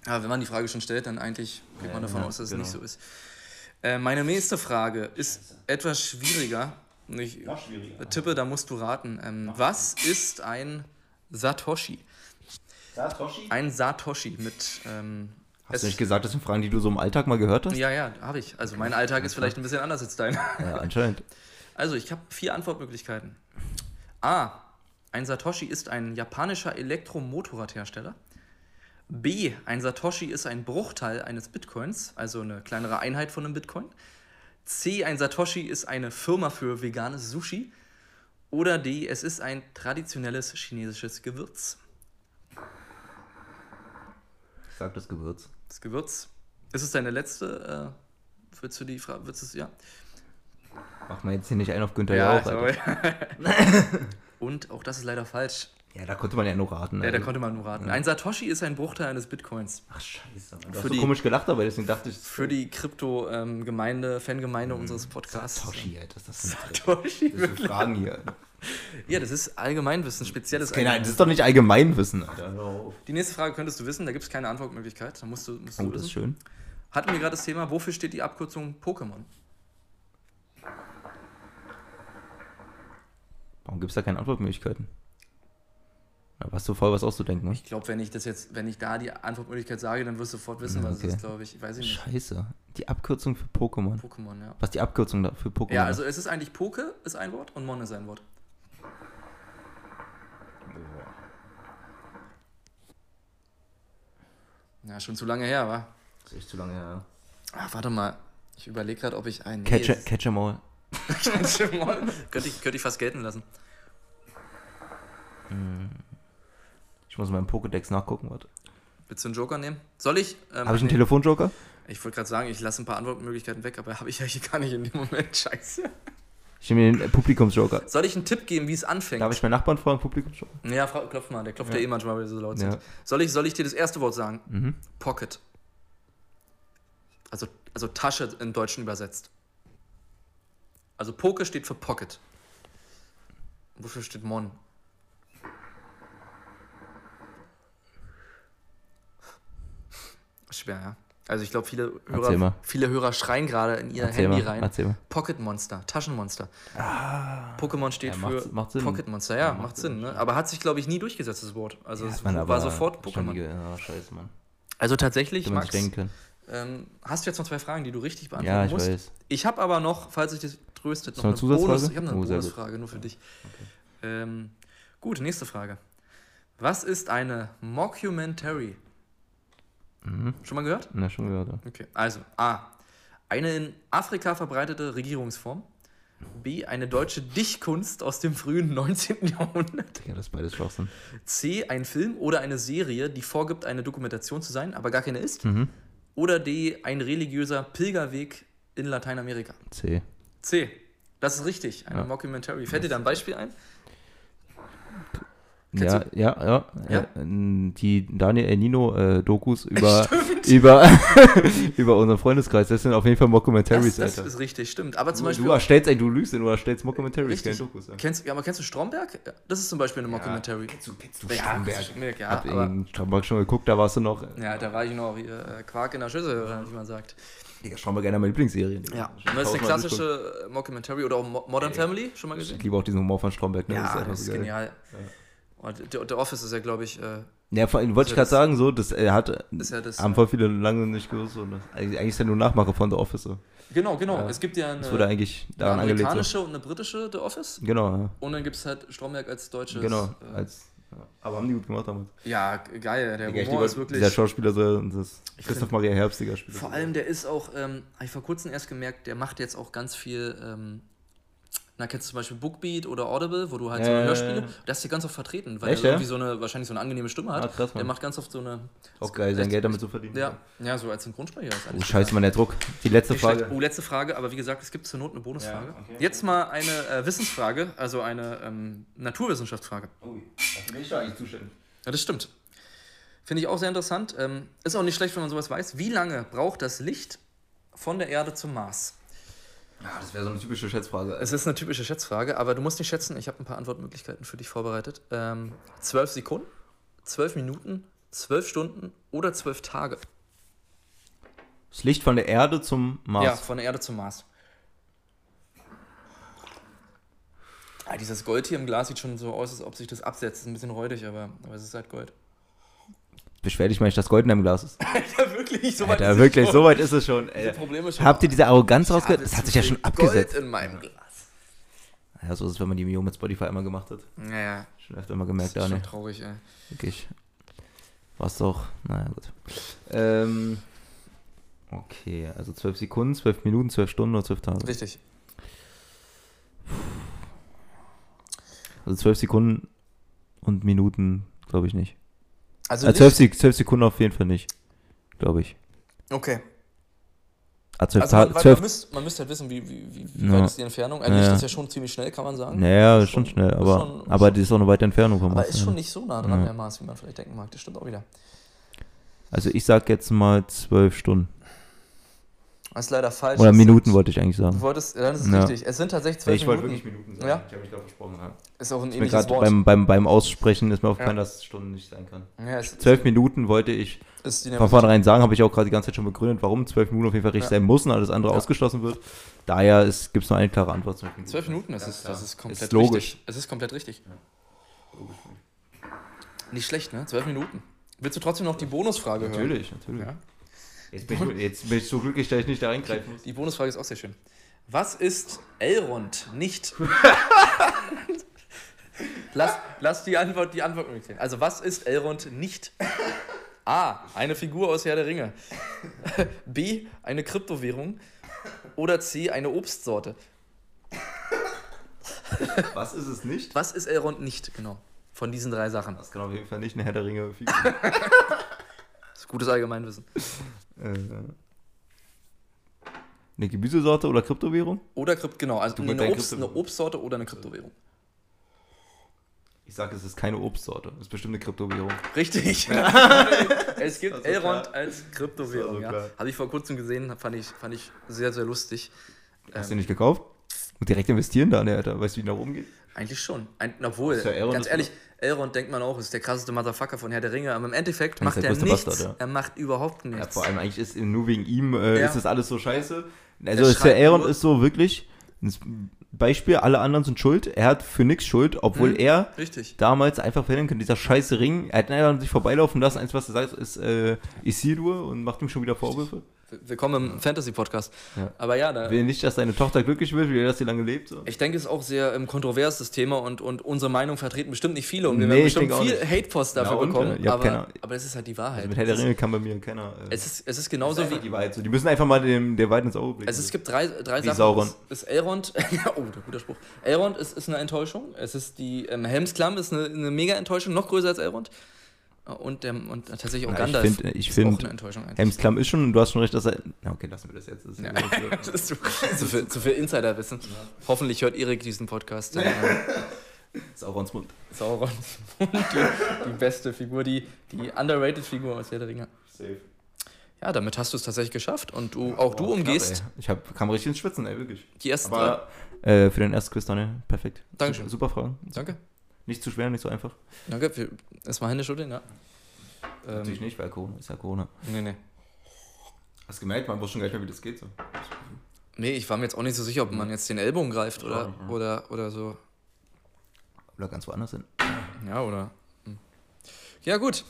Ja, wenn man die Frage schon stellt, dann eigentlich geht man davon
ja,
aus, dass
genau.
es nicht so ist. Äh, meine nächste Frage ist etwas schwieriger. Und Ich tippe, da musst du raten. Ähm, was ist ein Satoshi?
Hast
Ein Satoshi mit. Ähm, es-
du nicht gesagt, das sind Fragen, die du so im Alltag mal gehört hast?
ja, ja, habe ich. Also mein Alltag ist vielleicht ein bisschen anders als dein.
Ja, anscheinend.
Also ich habe vier Antwortmöglichkeiten. A. Ein Satoshi ist ein japanischer Elektromotorradhersteller. B. Ein Satoshi ist ein Bruchteil eines Bitcoins, also eine kleinere Einheit von einem Bitcoin. C. Ein Satoshi ist eine Firma für veganes Sushi. Oder D. Es ist ein traditionelles chinesisches Gewürz.
Sag das Gewürz.
Das Gewürz. Ist es deine letzte? Äh, willst du die Frage? Willst du es? Ja.
Mach mal jetzt hier nicht einen auf Günther
ja,
Jauch. Alter.
sorry. (laughs) Und auch das ist leider falsch.
Ja, da konnte man ja nur raten.
Ja, da
also.
konnte man nur raten. Ein Satoshi ist ein Bruchteil eines Bitcoins.
Ach, scheiße. Mann. Du
Für
hast so
die-
komisch gelacht, aber deswegen dachte ich...
Für die Krypto-Gemeinde, Fangemeinde unseres Podcasts.
Hm. Satoshi, Alter,
(laughs)
das ist ein Trick.
Satoshi,
Das sind
wirklich.
Fragen hier.
Ja, das ist Allgemeinwissen, spezielles
Okay, nein, das
Allgemeinwissen.
ist doch nicht Allgemeinwissen, Alter. Oh,
Die nächste Frage könntest du wissen, da gibt es keine Antwortmöglichkeit. Da musst du, musst du
das ist
wissen.
schön.
Hatten wir gerade das Thema, wofür steht die Abkürzung Pokémon?
Warum gibt es da keine Antwortmöglichkeiten? Da warst du voll was auszudenken, ne?
Ich glaube, wenn ich das jetzt, wenn ich da die Antwortmöglichkeit sage, dann wirst du sofort wissen,
Ja,
was
okay.
es ist, glaube ich. Weiß ich nicht.
Scheiße. Die Abkürzung für Pokémon.
Pokémon, ja.
Was die Abkürzung da für Pokémon
Ja, also es ist eigentlich Poke ist ein Wort und Mon ist ein Wort. Ja, schon zu lange her, wa?
ist echt zu lange her.
Ach, warte mal. Ich überlege gerade, ob ich einen.
Catch, catch em all.
(laughs) könnte, ich, könnte ich fast gelten lassen.
Ich muss mal im Pokédex nachgucken, warte.
Willst du einen Joker nehmen? Soll ich? Ähm,
Habe ich einen
nee.
Telefonjoker?
Ich wollte gerade sagen, ich lasse ein paar Antwortmöglichkeiten weg, aber habe ich ja hier gar nicht in dem Moment. Scheiße.
Ich nehme den äh, Publikumsjoker.
Soll ich einen Tipp geben, wie es anfängt?
Darf ich meinen Nachbarn fragen, Publikumsjoker?
Ja, Frau, klopf mal. Der klopft ja, eh manchmal, weil wir so laut
Ja.
sind. Soll ich, soll ich dir das erste Wort sagen?
Mhm.
Pocket. Also, also Tasche im Deutschen übersetzt. Also Poke steht für Pocket. Wofür steht Mon? Schwer, ja. Also ich glaube, viele
Erzähl mal.
Hörer, viele Hörer schreien gerade in ihr
Erzähl
Handy
mal,
rein.
erzähl mal.
Pocket Monster, Taschenmonster. Pokémon steht
Ja, macht-
für
macht Sinn.
Pocket Monster, ja, macht, Sinn. Ne? Aber hat sich, glaube ich, nie durchgesetzt, das Wort. Also es war sofort Pokémon.
Ja, scheiße, Mann.
Also tatsächlich,
Hätte man sich
Max,
denken können.
ähm, hast du jetzt noch zwei Fragen, die du richtig beantworten
Ja, ich
musst?
weiß.
Ich habe aber noch, falls ich dich tröstet, noch
noch
eine,
eine Zusatzfrage?
Bonus, ich hab noch eine
Oh, sehr gut.
Bonusfrage, nur für dich. Ähm, gut, nächste Frage. Was ist eine Mockumentary?
Mhm.
Schon mal gehört?
Na, schon gehört. ja.
Okay, also A. Eine in Afrika verbreitete Regierungsform. B. Eine deutsche Dichtkunst aus dem frühen 19. Jahrhundert.
Digga, das ist beides Schwachsinn.
C. Ein Film oder eine Serie, die vorgibt, eine Dokumentation zu sein, aber gar keine ist.
Mhm.
Oder D. Ein religiöser Pilgerweg in Lateinamerika.
C.
C. Das ist richtig. Eine
Ja.
Mockumentary. Fällt dir da ein Beispiel ein? Kennst
Ja, ja, ja, ja.
Ja?
ähm, Die Daniel El Nino-Dokus über, (laughs) über, über unseren Freundeskreis. Das sind auf jeden Fall Mockumentaries,
Das, das
Alter.
ist richtig, stimmt. Aber zum
Du,
Beispiel.
du erstellst ein, du lügst und du erstellst Mockumentaries,
richtig.
keine Dokus. Ja.
Kennst, ja, aber kennst du Stromberg? Das ist zum Beispiel eine Mockumentary.
Kennst du, kennst du
Ja,
Stromberg?
Stromberg, ja,
Hab
aber-
in Stromberg schon geguckt, da warst du noch.
Ja, da war ich noch äh, Quark in der Schüssel, oder wie man sagt.
Digga, Stromberg einer meiner Lieblingsserien.
Ja.
Ich
Das ist eine
tausendmal durchgeguckt.
klassische äh, Mockumentary oder auch Mo Modern Family, schon mal gesehen?
Ich liebe auch diesen Humor von Stromberg. Ne?
Ja,
einfach
das
so
ist
geil.
genial. Und der, der Office ist ja, glaube ich, äh,
Ja, vor allem wollte ich gerade
Das-
sagen, so, das er hat,
Ist ja das- äh,
haben voll viele lange nicht gewusst. So, ne? Eigentlich eigentlich ist er nur Nachmacher von The Office. So.
genau, genau. Es gibt ja
Das wurde
eine,
eigentlich
eine
daran angelegt. So.
amerikanische und eine britische The Office.
Genau, ja.
Und dann gibt es halt Stromberg als deutsches.
genau.
äh,
Als, ja. Aber haben die gut gemacht damals.
ja, g- geil. Der
Digga, ich
Humor
liebe
ist wirklich.
Dieser Schauspieler, so, und das Christoph
find-
Maria Herbst, Digga, spielt.
Vor
das.
allem, der ist auch, ähm, habe ich vor kurzem erst gemerkt, der macht jetzt auch ganz viel, ähm, na, kennst du zum Beispiel Bookbeat oder Audible, wo du halt so
Äh.
eine Hörspiele, das ist hier ganz oft vertreten, weil
Echt,
er
ja?
irgendwie so eine, wahrscheinlich so eine angenehme Stimme hat.
Ah, krass, Mann.
der macht ganz oft so eine,
Auch geil, sein Geld damit zu verdienen.
ja, ja, so als Synchronsprecher. Ist
Oh,
eigentlich
scheiße, Mann, der Druck. Die letzte
nicht schlecht.
Frage.
Oh, letzte Frage, aber wie gesagt, es gibt zur Not eine Bonusfrage.
Ja, okay.
Jetzt mal eine äh, Wissensfrage, also eine ähm, Naturwissenschaftsfrage.
Oh, Ui, dafür bin ich doch eigentlich zuständig.
Ja, das stimmt. Finde ich auch sehr interessant. Ähm, ist auch nicht schlecht, wenn man sowas weiß. Wie lange braucht das Licht von der Erde zum Mars?
Ah, das wäre so eine typische Schätzfrage.
Es ist eine typische Schätzfrage, aber du musst nicht schätzen. Ich habe ein paar Antwortmöglichkeiten für dich vorbereitet. Ähm, 12 Sekunden, 12 Minuten, 12 Stunden oder 12 Tage.
Das Licht von der Erde zum
Ja,
Mars.
von der Erde zum Mars. Ah, dieses Gold hier im Glas sieht schon so aus, als ob sich das absetzt. Ist ein bisschen räudig, aber, aber es ist halt (laughs) Gold.
Beschwer dich mal nicht, dass Gold in deinem Glas ist.
Alter, wirklich, so weit Äh,
Alter,
ist es
wirklich,
schon.
so weit ist es schon.
Diese
Ey.
Probleme schon.
Habt ihr diese
Ich
Arroganz
habe
rausgehört? Das hat sich ja
zu
schon
viel
abgesetzt.
Gold in meinem Glas.
Ja, so ist es, wenn man die Mio mit Spotify einmal gemacht hat.
Naja,
Schon öfter mal gemerkt,
das ist
Daniel.
schon traurig, ey.
Wirklich. War's doch. Naja, gut. Ähm, okay, also 12 Sekunden, 12 Minuten, 12 Stunden oder 12 Tage.
Richtig.
Also 12 Sekunden und Minuten, glaube ich nicht.
Also,
Äh, 12, Sek 12 Sekunden auf jeden Fall nicht. Glaube ich.
Okay.
Ah,
Also
12
man,
Tage.
weil man,
12.
müsst, man müsste halt wissen, wie, wie, wie, wie
Ja.
weit ist die Entfernung. Eigentlich
Ja.
ist das ja schon ziemlich schnell, kann man sagen.
Naja, ist schon
schon-
schnell,
ist
aber,
schon-
aber die ist auch eine weite Entfernung vom ne?
Aber
Mars,
ist
ja.
schon nicht so nah dran,
Ja.
der Mars, wie man vielleicht denken mag. Das stimmt auch wieder.
Also ich sag jetzt mal 12 Stunden.
Das ist leider falsch.
Oder
Es
Minuten
sind-
wollte ich eigentlich sagen.
Du wolltest, ja, dann ist es
Ja.
richtig. Es sind tatsächlich zwölf Minuten.
Minuten
sagen. Ja.
Ich habe mich da versprochen. Ja.
Ist auch ein
Ich bin
ähnliches
gerade
Wort.
beim, beim, beim Aussprechen ist mir aufgefallen,
Ja.
dass Stunden nicht sein kann.
ja, es,
Zwölf Minuten wollte ich
ist die
von vornherein sagen, habe ich auch gerade die ganze Zeit schon begründet, warum zwölf Minuten auf jeden Fall richtig
Ja.
sein müssen, alles andere
Ja.
ausgeschlossen wird. Daher gibt es nur eine klare Antwort. Zwölf Minuten.
Zwölf Minuten, das
Ganz
ist,
klar.
das ist komplett
Ist logisch.
richtig. Es ist komplett richtig. Nicht schlecht, ne? Zwölf Minuten. Willst du trotzdem noch die Bonusfrage hören?
Natürlich, natürlich.
Ja.
Jetzt, bin ich, jetzt bin ich so glücklich, dass ich nicht da reingreifen muss.
Die Bonusfrage ist auch sehr schön. Was ist Elrond
(laughs)
nicht? lass, lass die Antwort die Antwort möglich sein. Also, was ist Elrond nicht? A. Eine Figur aus Herr der Ringe. (laughs) B. Eine Kryptowährung. Oder C. Eine Obstsorte.
Was ist es nicht?
Was ist Elrond nicht, genau? Von diesen drei Sachen.
Das kann auf jeden Fall nicht eine Herr der Ringe.
(laughs) Das ist gutes Allgemeinwissen.
äh, eine Gemüsesorte oder Kryptowährung?
Oder Krypt, genau. Also
mit
eine,
deinen
Obst, eine
Kryptowährungen.
Obstsorte oder eine Kryptowährung.
Ich sage, es ist keine Obstsorte. Es ist bestimmt eine Kryptowährung.
Richtig.
(laughs)
es gibt
Das war so
Elrond
klar.
als Kryptowährung.
Das war so
ja.
klar.
Habe ich vor kurzem gesehen, fand ich, fand ich sehr, sehr lustig.
Hast du
Ähm.
nicht gekauft? Und direkt investieren da, ne, Alter. Weißt du, wie nach oben geht?
Eigentlich schon. Ein, obwohl,
Ist ja Elrond
ganz
ist-
ehrlich, Elrond denkt man auch, ist der krasseste Motherfucker von Herr der Ringe, aber im Endeffekt
ist
macht
der
er
größte
nichts.
Bastard, ja.
Er macht überhaupt
Ja,
nichts.
vor allem eigentlich ist nur wegen ihm äh,
Ja.
ist das alles so scheiße. Also
Er
ist der
schreit
Aaron
nur-
ist so wirklich ein Beispiel, alle anderen sind schuld. Er hat für nichts Schuld, obwohl
Mhm.
er
Richtig.
damals einfach verhindern könnte. Dieser scheiße Ring, er hat ihn einfach sich vorbeilaufen lassen. Eins, was er sagt, ist äh, Isildur und macht ihm schon wieder Vorwürfe.
W- Willkommen im Fantasy-Podcast.
Ja.
Aber ja, da,
Will nicht, dass seine Tochter glücklich wird, will er, dass sie lange lebt. So.
ich denke, es ist auch sehr ähm, kontrovers, das Thema, und, und unsere Meinung vertreten bestimmt nicht viele. Und wir
Nee,
werden
ich
bestimmt
denke
viel
auch nicht.
Hate-Post dafür
Na und,
bekommen.
äh, ihr habt
aber,
keine-
aber das ist halt die Wahrheit.
Also mit Herr der Ringe kann bei mir keiner. Äh,
es, ist, es ist genauso
einfach
wie,
die Wahrheit. So. Die müssen einfach mal dem, der Wahrheit ins Auge blicken.
Also es gibt drei, drei
Wie
Sachen.
Sauron.
Es Ist Elrond, (laughs) oh, der guter Spruch. Elrond ist, ist eine Enttäuschung. Es ist die ähm, Helmsklamm ist eine, eine mega Enttäuschung, noch größer als Elrond. Und, ähm, und tatsächlich auch
Ja, ich
Gandalf
find- äh, ich
ist
find-
auch eine Enttäuschung eigentlich. (laughs)
Helms Klamm ist schon, du hast schon recht, dass er. Na okay, lassen wir das jetzt. Das ist ja.
Das ist zu, zu viel, zu viel Insiderwissen. Hoffentlich hört Erik diesen Podcast. Dann, ähm,
Saurons Mund.
Saurons Mund, die, die beste Figur, die, die underrated Figur aus Herr der Ringe.
Safe.
Ja, damit hast du es tatsächlich geschafft und du, auch du umgehst
Oh, ich hab, kam richtig ins Schwitzen, ey, wirklich.
die ersten drei.
Aber äh, für den ersten Quiz, Daniel, perfekt.
Dankeschön.
Super, super Fragen.
Danke.
Nicht zu schwer, nicht so einfach.
Danke. Für, das war Hände schütteln, ja.
Natürlich
Ähm,
nicht, weil Corona ist ja Corona.
nee, nee.
Hast gemerkt, man wusste schon gar nicht mehr, wie das geht. So.
Nee, ich war mir jetzt auch nicht so sicher, ob man jetzt den Ellbogen greift oder,
Hm. Ja, ja.
oder, oder so.
Oder ganz woanders hin.
Ja, oder. hm. Ja, gut.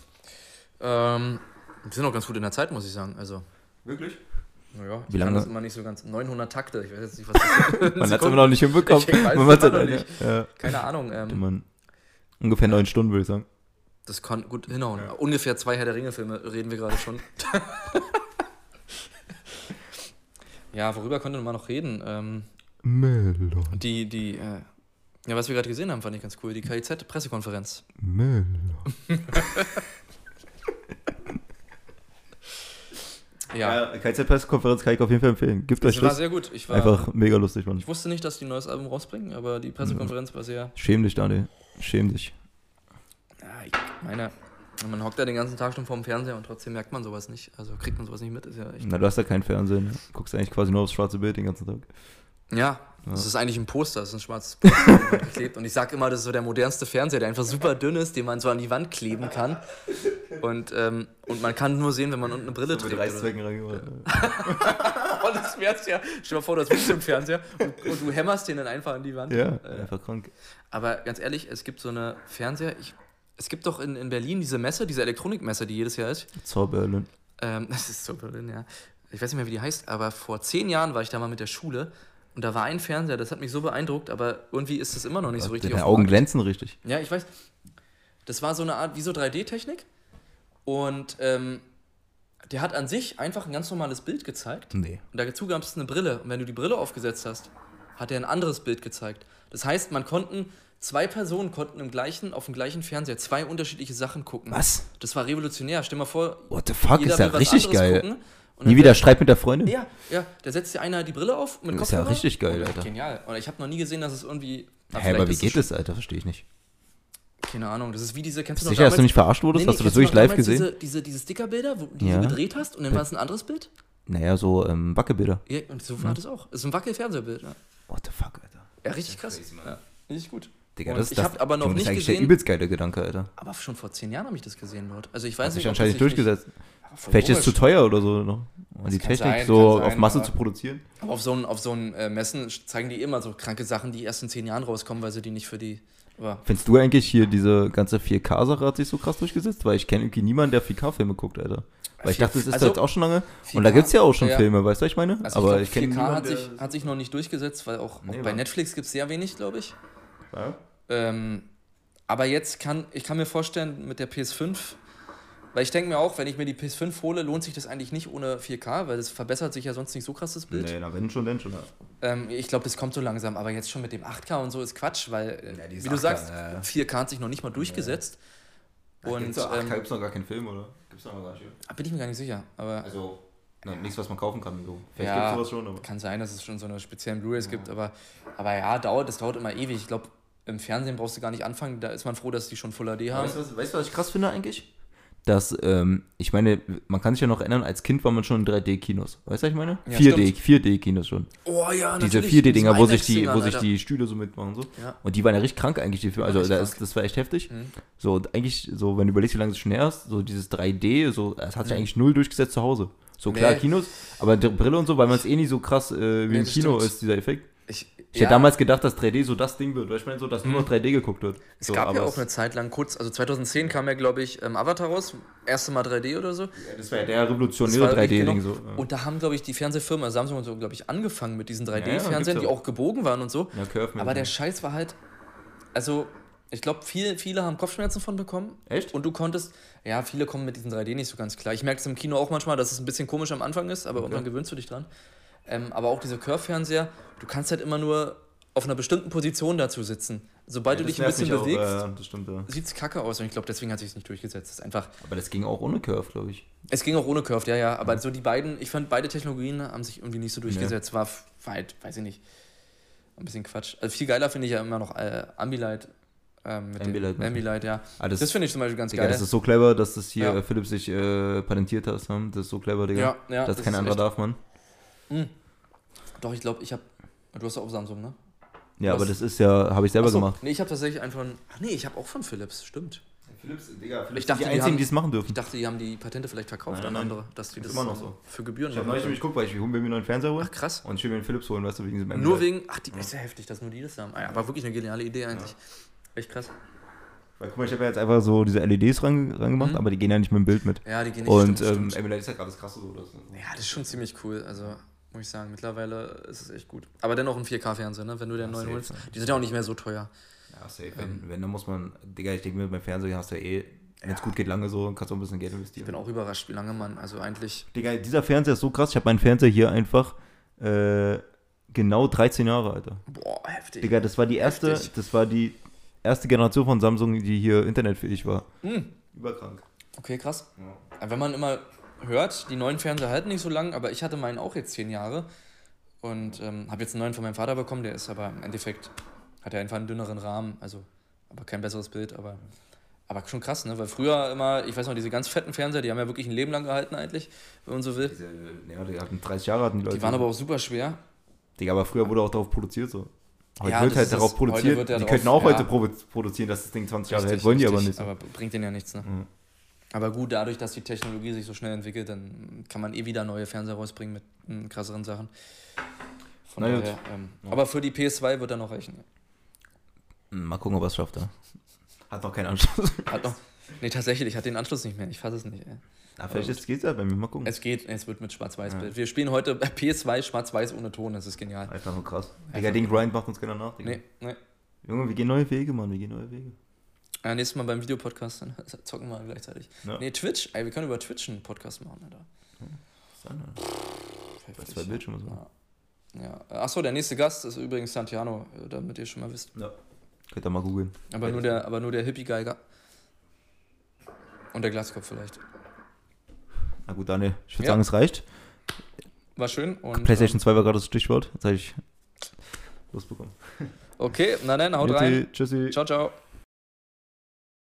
Ähm, wir sind auch ganz gut in der Zeit, muss ich sagen. Also,
Wirklich?
naja,
Wie lange?
das immer nicht so ganz. 900 Takte, ich weiß jetzt
(laughs)
nicht, was das ist.
Man hat es immer noch nicht hinbekommen.
(laughs) Ich weiß
Man hat's
immer noch
halt-
nicht.
Ja.
Keine Ahnung. Ähm,
Man, ungefähr neun Stunden, würde ich sagen.
Das kann gut hinhauen. Ungefähr zwei Herr der Ringe-Filme reden wir gerade
(laughs)
schon. ja, worüber konnte man noch reden? Ähm,
Melon,
die, die, äh, ja, was wir gerade gesehen haben, fand ich ganz cool. Die KIZ-Pressekonferenz.
Melon.
Ja,
Ja, KZ-Pressekonferenz kann ich auf jeden Fall empfehlen. Gibt euch
das war
das.
sehr gut. Ich, war,
Einfach mega lustig, Mann.
ich wusste nicht, dass die ein neues Album rausbringen, aber die Pressekonferenz war sehr.
Schäm dich, Daniel. Schäm dich.
Ja, ich meine, man hockt da den ganzen Tag schon vorm Fernseher und trotzdem merkt man sowas nicht. Also kriegt man sowas nicht mit. Ist ja, echt,
Na, du hast ja kein Fernsehen. Du guckst eigentlich quasi nur aufs schwarze Bild den ganzen Tag.
ja, das ist eigentlich ein Poster, das ist ein schwarzes Poster an die Wand geklebt. Und ich sage immer, das ist so der modernste Fernseher, der einfach super dünn ist, den man so an die Wand kleben kann. Und, ähm, und man kann nur sehen, wenn man unten eine Brille trägt. oder so.
reingebracht.
Und das wär's ja. Stell dir mal vor, du hast wirklich so einen Fernseher und, und du hämmerst den dann einfach an die Wand.
Ja,
Äh,
einfach krank.
Aber ganz ehrlich, es gibt so eine Fernseher. Ich, es gibt doch in, in Berlin diese Messe, diese Elektronikmesse, die jedes Jahr ist.
Zur Berlin.
Ähm, (laughs) das ist so Berlin, ja. Ich weiß nicht mehr, wie die heißt, aber vor zehn Jahren war ich da mal mit der Schule und da war ein Fernseher, das hat mich so beeindruckt, aber irgendwie ist das immer noch nicht so richtig. auf
Deine
dem
Augen
Markt.
glänzen richtig.
Ja, ich weiß. Das war so eine Art wie so 3D-Technik und ähm, der hat an sich einfach ein ganz normales Bild gezeigt.
Nee.
Und dazu gab es eine Brille. Und wenn du die Brille aufgesetzt hast, hat er ein anderes Bild gezeigt. Das heißt, man konnten, zwei Personen konnten im gleichen, auf dem gleichen Fernseher zwei unterschiedliche Sachen gucken.
Was?
Das war revolutionär. Stell mal vor,
What the fuck?
jeder
ist ja
will was
richtig
anderes
geil.
gucken. Und
Nie
dann-
wieder Streit mit der Freundin?
Ja, ja. Da setzt dir einer die Brille auf mit
Ist ja
Kopfhörer.
richtig geil,
Und das ist
Alter.
Genial. Und ich habe noch nie gesehen, dass es irgendwie. Na,
Hä,
vielleicht
aber wie
ist
geht
schon-
das, Alter? Verstehe ich nicht.
Keine Ahnung. Das ist wie diese. Kennst du noch
Sicher, dass du
damals-
nicht verarscht wurdest?
Nee, nee,
Hast du das
kennst
wirklich
noch
live
damals
gesehen?
Diese, diese, diese Stickerbilder, wo- die
Ja.
du gedreht hast und dann war es ein anderes Bild?
Naja, so ähm, Wackelbilder.
Ja, und so war das auch. Ist ein Wackelfernsehbild. Ja.
What the fuck, Alter?
Ja, richtig krass.
Crazy, Mann.
ja, richtig gut.
Digga,
Und
das,
ich
das,
habe aber noch
Junge, das
nicht
ist eigentlich der
gesehen,
übelst geile Gedanke, Alter.
aber schon vor zehn Jahren habe ich das gesehen dort. Also ich
Hat
weiß
sich
nicht, ob
anscheinend
das Ah,
nicht
sich
durchgesetzt.
nicht- aber voll
Vielleicht ist es
komisch.
zu teuer oder so noch. Und die
kann
Technik
sein,
so
kann sein,
auf Masse
aber-
zu produzieren.
Aber auf so einen, auf so einen äh, Messen zeigen die immer so kranke Sachen, die erst in zehn Jahren rauskommen, weil sie die nicht für die. Aber
Findest du eigentlich hier diese ganze 4K-Sache hat sich so krass durchgesetzt? Weil ich kenne irgendwie niemanden, der 4K-Filme guckt, Alter. Weil ich
Vier-
dachte, das ist
also-
doch jetzt auch schon lange. Und da gibt es ja auch schon Filme, weißt du, was ich meine?
Also
Aber
ich
ich, kenne
glaube, 4K
niemanden,
hat
der-
sich, hat sich noch nicht durchgesetzt, weil auch,
Nee,
auch bei
Mann.
Netflix gibt es sehr wenig, glaube ich.
Ja?
Ähm, aber jetzt kann ich kann mir vorstellen, mit der PS5, weil ich denke mir auch, wenn ich mir die PS5 hole, lohnt sich das eigentlich nicht ohne 4K, weil das verbessert sich ja sonst nicht so krass das Bild.
Nee, na wenn schon, denn schon. Ja.
Ähm, ich glaube, das kommt so langsam, aber jetzt schon mit dem 8K und so ist Quatsch, weil, äh,
Ja, die
wie
ist
du
8K,
sagst,
ja, ja.
4K hat sich noch nicht mal durchgesetzt. Und ähm,
gibt's noch gar keinen Film, oder? Gibt's noch gar nicht.
bin ich mir gar nicht sicher, aber
Also, nichts, was man kaufen kann. So.
ja, kann sein, dass es schon so eine speziellen Blu-rays gibt, aber, aber ja, dauert, das dauert immer ewig. Ich glaube, im Fernsehen brauchst du gar nicht anfangen, da ist man froh, dass die schon Full HD haben.
Weißt du, was, weißt du, was ich krass finde eigentlich? Dass, ähm, ich meine, man kann sich ja noch erinnern, als Kind war man schon in 3D-Kinos. Weißt du, was ich meine?
Ja,
4D, 4D-Kinos schon.
Oh ja,
Diese
natürlich, mit
4D-Dinger,
diesen
wo sich die, wo
IMAX-Dingern,
sich
Alter.
die Stühle so mitmachen und so.
Ja.
Und die waren ja richtig krank eigentlich, die Filme. Also
richtig
da ist,
krank. Mhm.
das war echt heftig. So, und eigentlich, so, wenn du überlegst, wie lange es schon her ist, so dieses 3D, so, das hat sich eigentlich null durchgesetzt zu Hause. So klar,
Mhm. Nee.
Kinos, aber die Brille und so, weil man es eh nicht so krass äh, wie
Nee,
im
das
Kino
stimmt.
ist, dieser Effekt.
Ich,
Ich
ja, Mhm.
hätte damals gedacht, dass 3D so das Ding wird, weil ich meine so, dass nur noch 3D geguckt wird.
es
so,
gab ja
aber
auch eine Zeit lang kurz, also 2010 kam ja, glaube ich, ähm, Avatar raus, erste Mal 3D oder so.
es- Das war ja der
Das
revolutionäre
war wirklich
3D-Ding
genau-
so.
Und da haben, glaube ich, die Fernsehfirmen, Samsung und so, glaube ich, angefangen mit diesen 3D-Fernsehern,
gibt's
die
ja.
auch gebogen waren und so.
Ja, Curve mit
Aber der
dem-
Scheiß war halt, also ich glaube, viel, viele haben Kopfschmerzen von bekommen.
Echt?
Und du konntest, ja, viele kommen mit diesen 3D nicht so ganz klar. Ich merke es im Kino auch manchmal, dass es ein bisschen komisch am Anfang ist, aber irgendwann gewöhnst du dich dran. Ähm, aber auch diese Curve-Fernseher, du kannst halt immer nur auf einer bestimmten Position dazu sitzen. Sobald du
Das
dich ein
nervt
bisschen
mich auch,
bewegst,
äh, das stimmt, ja.
sieht's kacke aus. Und ich glaube, deswegen hat sich's nicht durchgesetzt. Es ist einfach,
Aber das ging auch ohne Curve, glaube ich.
es ging auch ohne Curved, ja, ja. Aber
Mhm.
so die beiden, ich fand, beide Technologien haben sich irgendwie nicht so durchgesetzt. War, f- war halt, weiß ich nicht, ein bisschen Quatsch. Also viel geiler finde ich ja immer noch äh, Ambilight. Ähm, mit
Ambilight.
Ambilight. Ambilight, ja.
Ah,
Das,
das,
finde ich zum Beispiel ganz
Digga,
geil.
das ist so clever, dass das hier
Ja.
äh, Philips sich äh, patentiert hat. Ne? Das ist so clever, Digga.
ja, ja,
das, kein
ist
anderer
echt-
darf man.
Doch, ich glaube, ich habe. Du hast auch Samsung, ne?
Ja,
Was?
aber das ist ja, habe ich selber
Ach so,
gemacht.
Nee, ich habe tatsächlich einen von. Ach nee, ich habe auch von Philips, stimmt.
Philips, Digga, Philips,
Ich dachte,
die
die
einzigen,
haben-
die es machen dürfen.
Ich dachte, die haben die Patente vielleicht verkauft
Nein,
an
nein.
andere, dass die
Ist
das
immer noch so.
für Gebühren
Ich habe neulich nämlich geguckt, weil ich will mir einen neuen Fernseher holen
Ach krass.
und ich will mir einen Philips holen, weißt du, wegen diesem
Nur
Ambilight.
wegen. Ach, die ist ja heftig, dass nur die das haben. Ah, ja, war wirklich eine geniale Idee eigentlich. Echt krass.
Weil guck mal, ich habe ja jetzt einfach so diese E LEDs ran, ran gemacht, aber die gehen ja nicht mit dem Bild mit.
Mhm. Ja, die gehen nicht
und
stimmt,
ähm,
stimmt.
Ambilight ist ja gerade das krasse so. Das,
Ja, das ist schon ziemlich cool. Also, muss ich sagen, mittlerweile ist es echt gut. Aber dennoch ein 4K-Fernseher, ne? wenn du Ähm. den neuen
safe,
holst.
ja.
Die sind ja auch nicht mehr so teuer.
Ja, safe. Wenn, wenn, dann muss man, Digga, ich denke mir, beim Fernseher hast du ja eh, wenn es gut geht, lange so, kannst du auch ein bisschen Geld
Ich bin
investieren.
auch überrascht, wie lange man. Also, eigentlich.
Digga, dieser Fernseher ist so krass, ich habe meinen Fernseher hier einfach äh, genau 13 Jahre, Alter.
Boah, heftig.
Digga, das war die erste,
Heftig.
das war die erste Generation von Samsung, die hier internetfähig war.
Hm.
Überkrank.
Okay, krass.
Ja.
Aber Wenn man immer hört, die neuen Fernseher halten nicht so lang, aber ich hatte meinen auch jetzt zehn Jahre und ähm, habe jetzt einen neuen von meinem Vater bekommen, der ist aber im Endeffekt, hat er einfach einen dünneren Rahmen, also aber kein besseres Bild, aber, aber schon krass, ne? Weil früher immer, ich weiß noch, diese ganz fetten Fernseher, die haben ja wirklich ein Leben lang gehalten eigentlich, wenn man so will.
Diese, äh, ja, die hatten 30 Jahre hatten die Leute.
Die waren aber auch super schwer.
Digga, aber früher wurde auch darauf produziert so. Heute
Ja,
wird
das
halt
ist das-
darauf
heute
produziert.
wird ja
die
drauf-
könnten auch
ja.
heute provo- produzieren, dass das Ding 20 Jahre hält.
Richtig,
Wollen die
richtig,
aber nicht.
Aber bringt denen ja nichts, ne?
Mhm.
Aber gut, dadurch, dass die Technologie sich so schnell entwickelt, dann kann man eh wieder neue Fernseher rausbringen mit mm, krasseren Sachen. Von
Na gut.
daher, ähm, Aber für die PS2 wird er noch reichen.
Hm, Mal gucken, ob er es schafft. Ja. Hat noch keinen Anschluss.
Hat noch, nee, tatsächlich, hat den Anschluss nicht mehr. Ich fasse es nicht. Ey.
Na, vielleicht ist- geht's ja bei mir. Mal gucken.
Es geht, es wird mit Schwarz-Weiß-Bild. Wir spielen heute (laughs) bei PS2 Schwarz-Weiß ohne Ton, das ist genial.
Einfach nur krass. Digga, den Grind macht uns keiner nach. Digga.
Nee, nee.
Junge, wir gehen neue Wege, Mann. Wir gehen neue Wege.
Ja, nächstes Mal beim Videopodcast, dann (laughs) zocken wir gleichzeitig.
Ja.
Nee, Twitch, ey, wir können über Twitch einen Podcast machen, Alter.
Was ist denn,
Heftig.
Bei zwei Bildschirmen so.
Ja. Achso, der nächste Gast ist übrigens Santiano, äh, damit ihr schon mal wisst.
Könnt ihr mal googeln.
Aber nur der, aber nur der Hippie-Geiger. Und der Glaskopf vielleicht.
Na gut, Daniel. Ich würde
Ja.
sagen, es reicht.
War schön. Und,
PlayStation 2 war gerade das Stichwort. Jetzt habe ich Lust bekommen.
ähm, Okay, na dann, haut rein.
Tschüssi.
Ciao, ciao.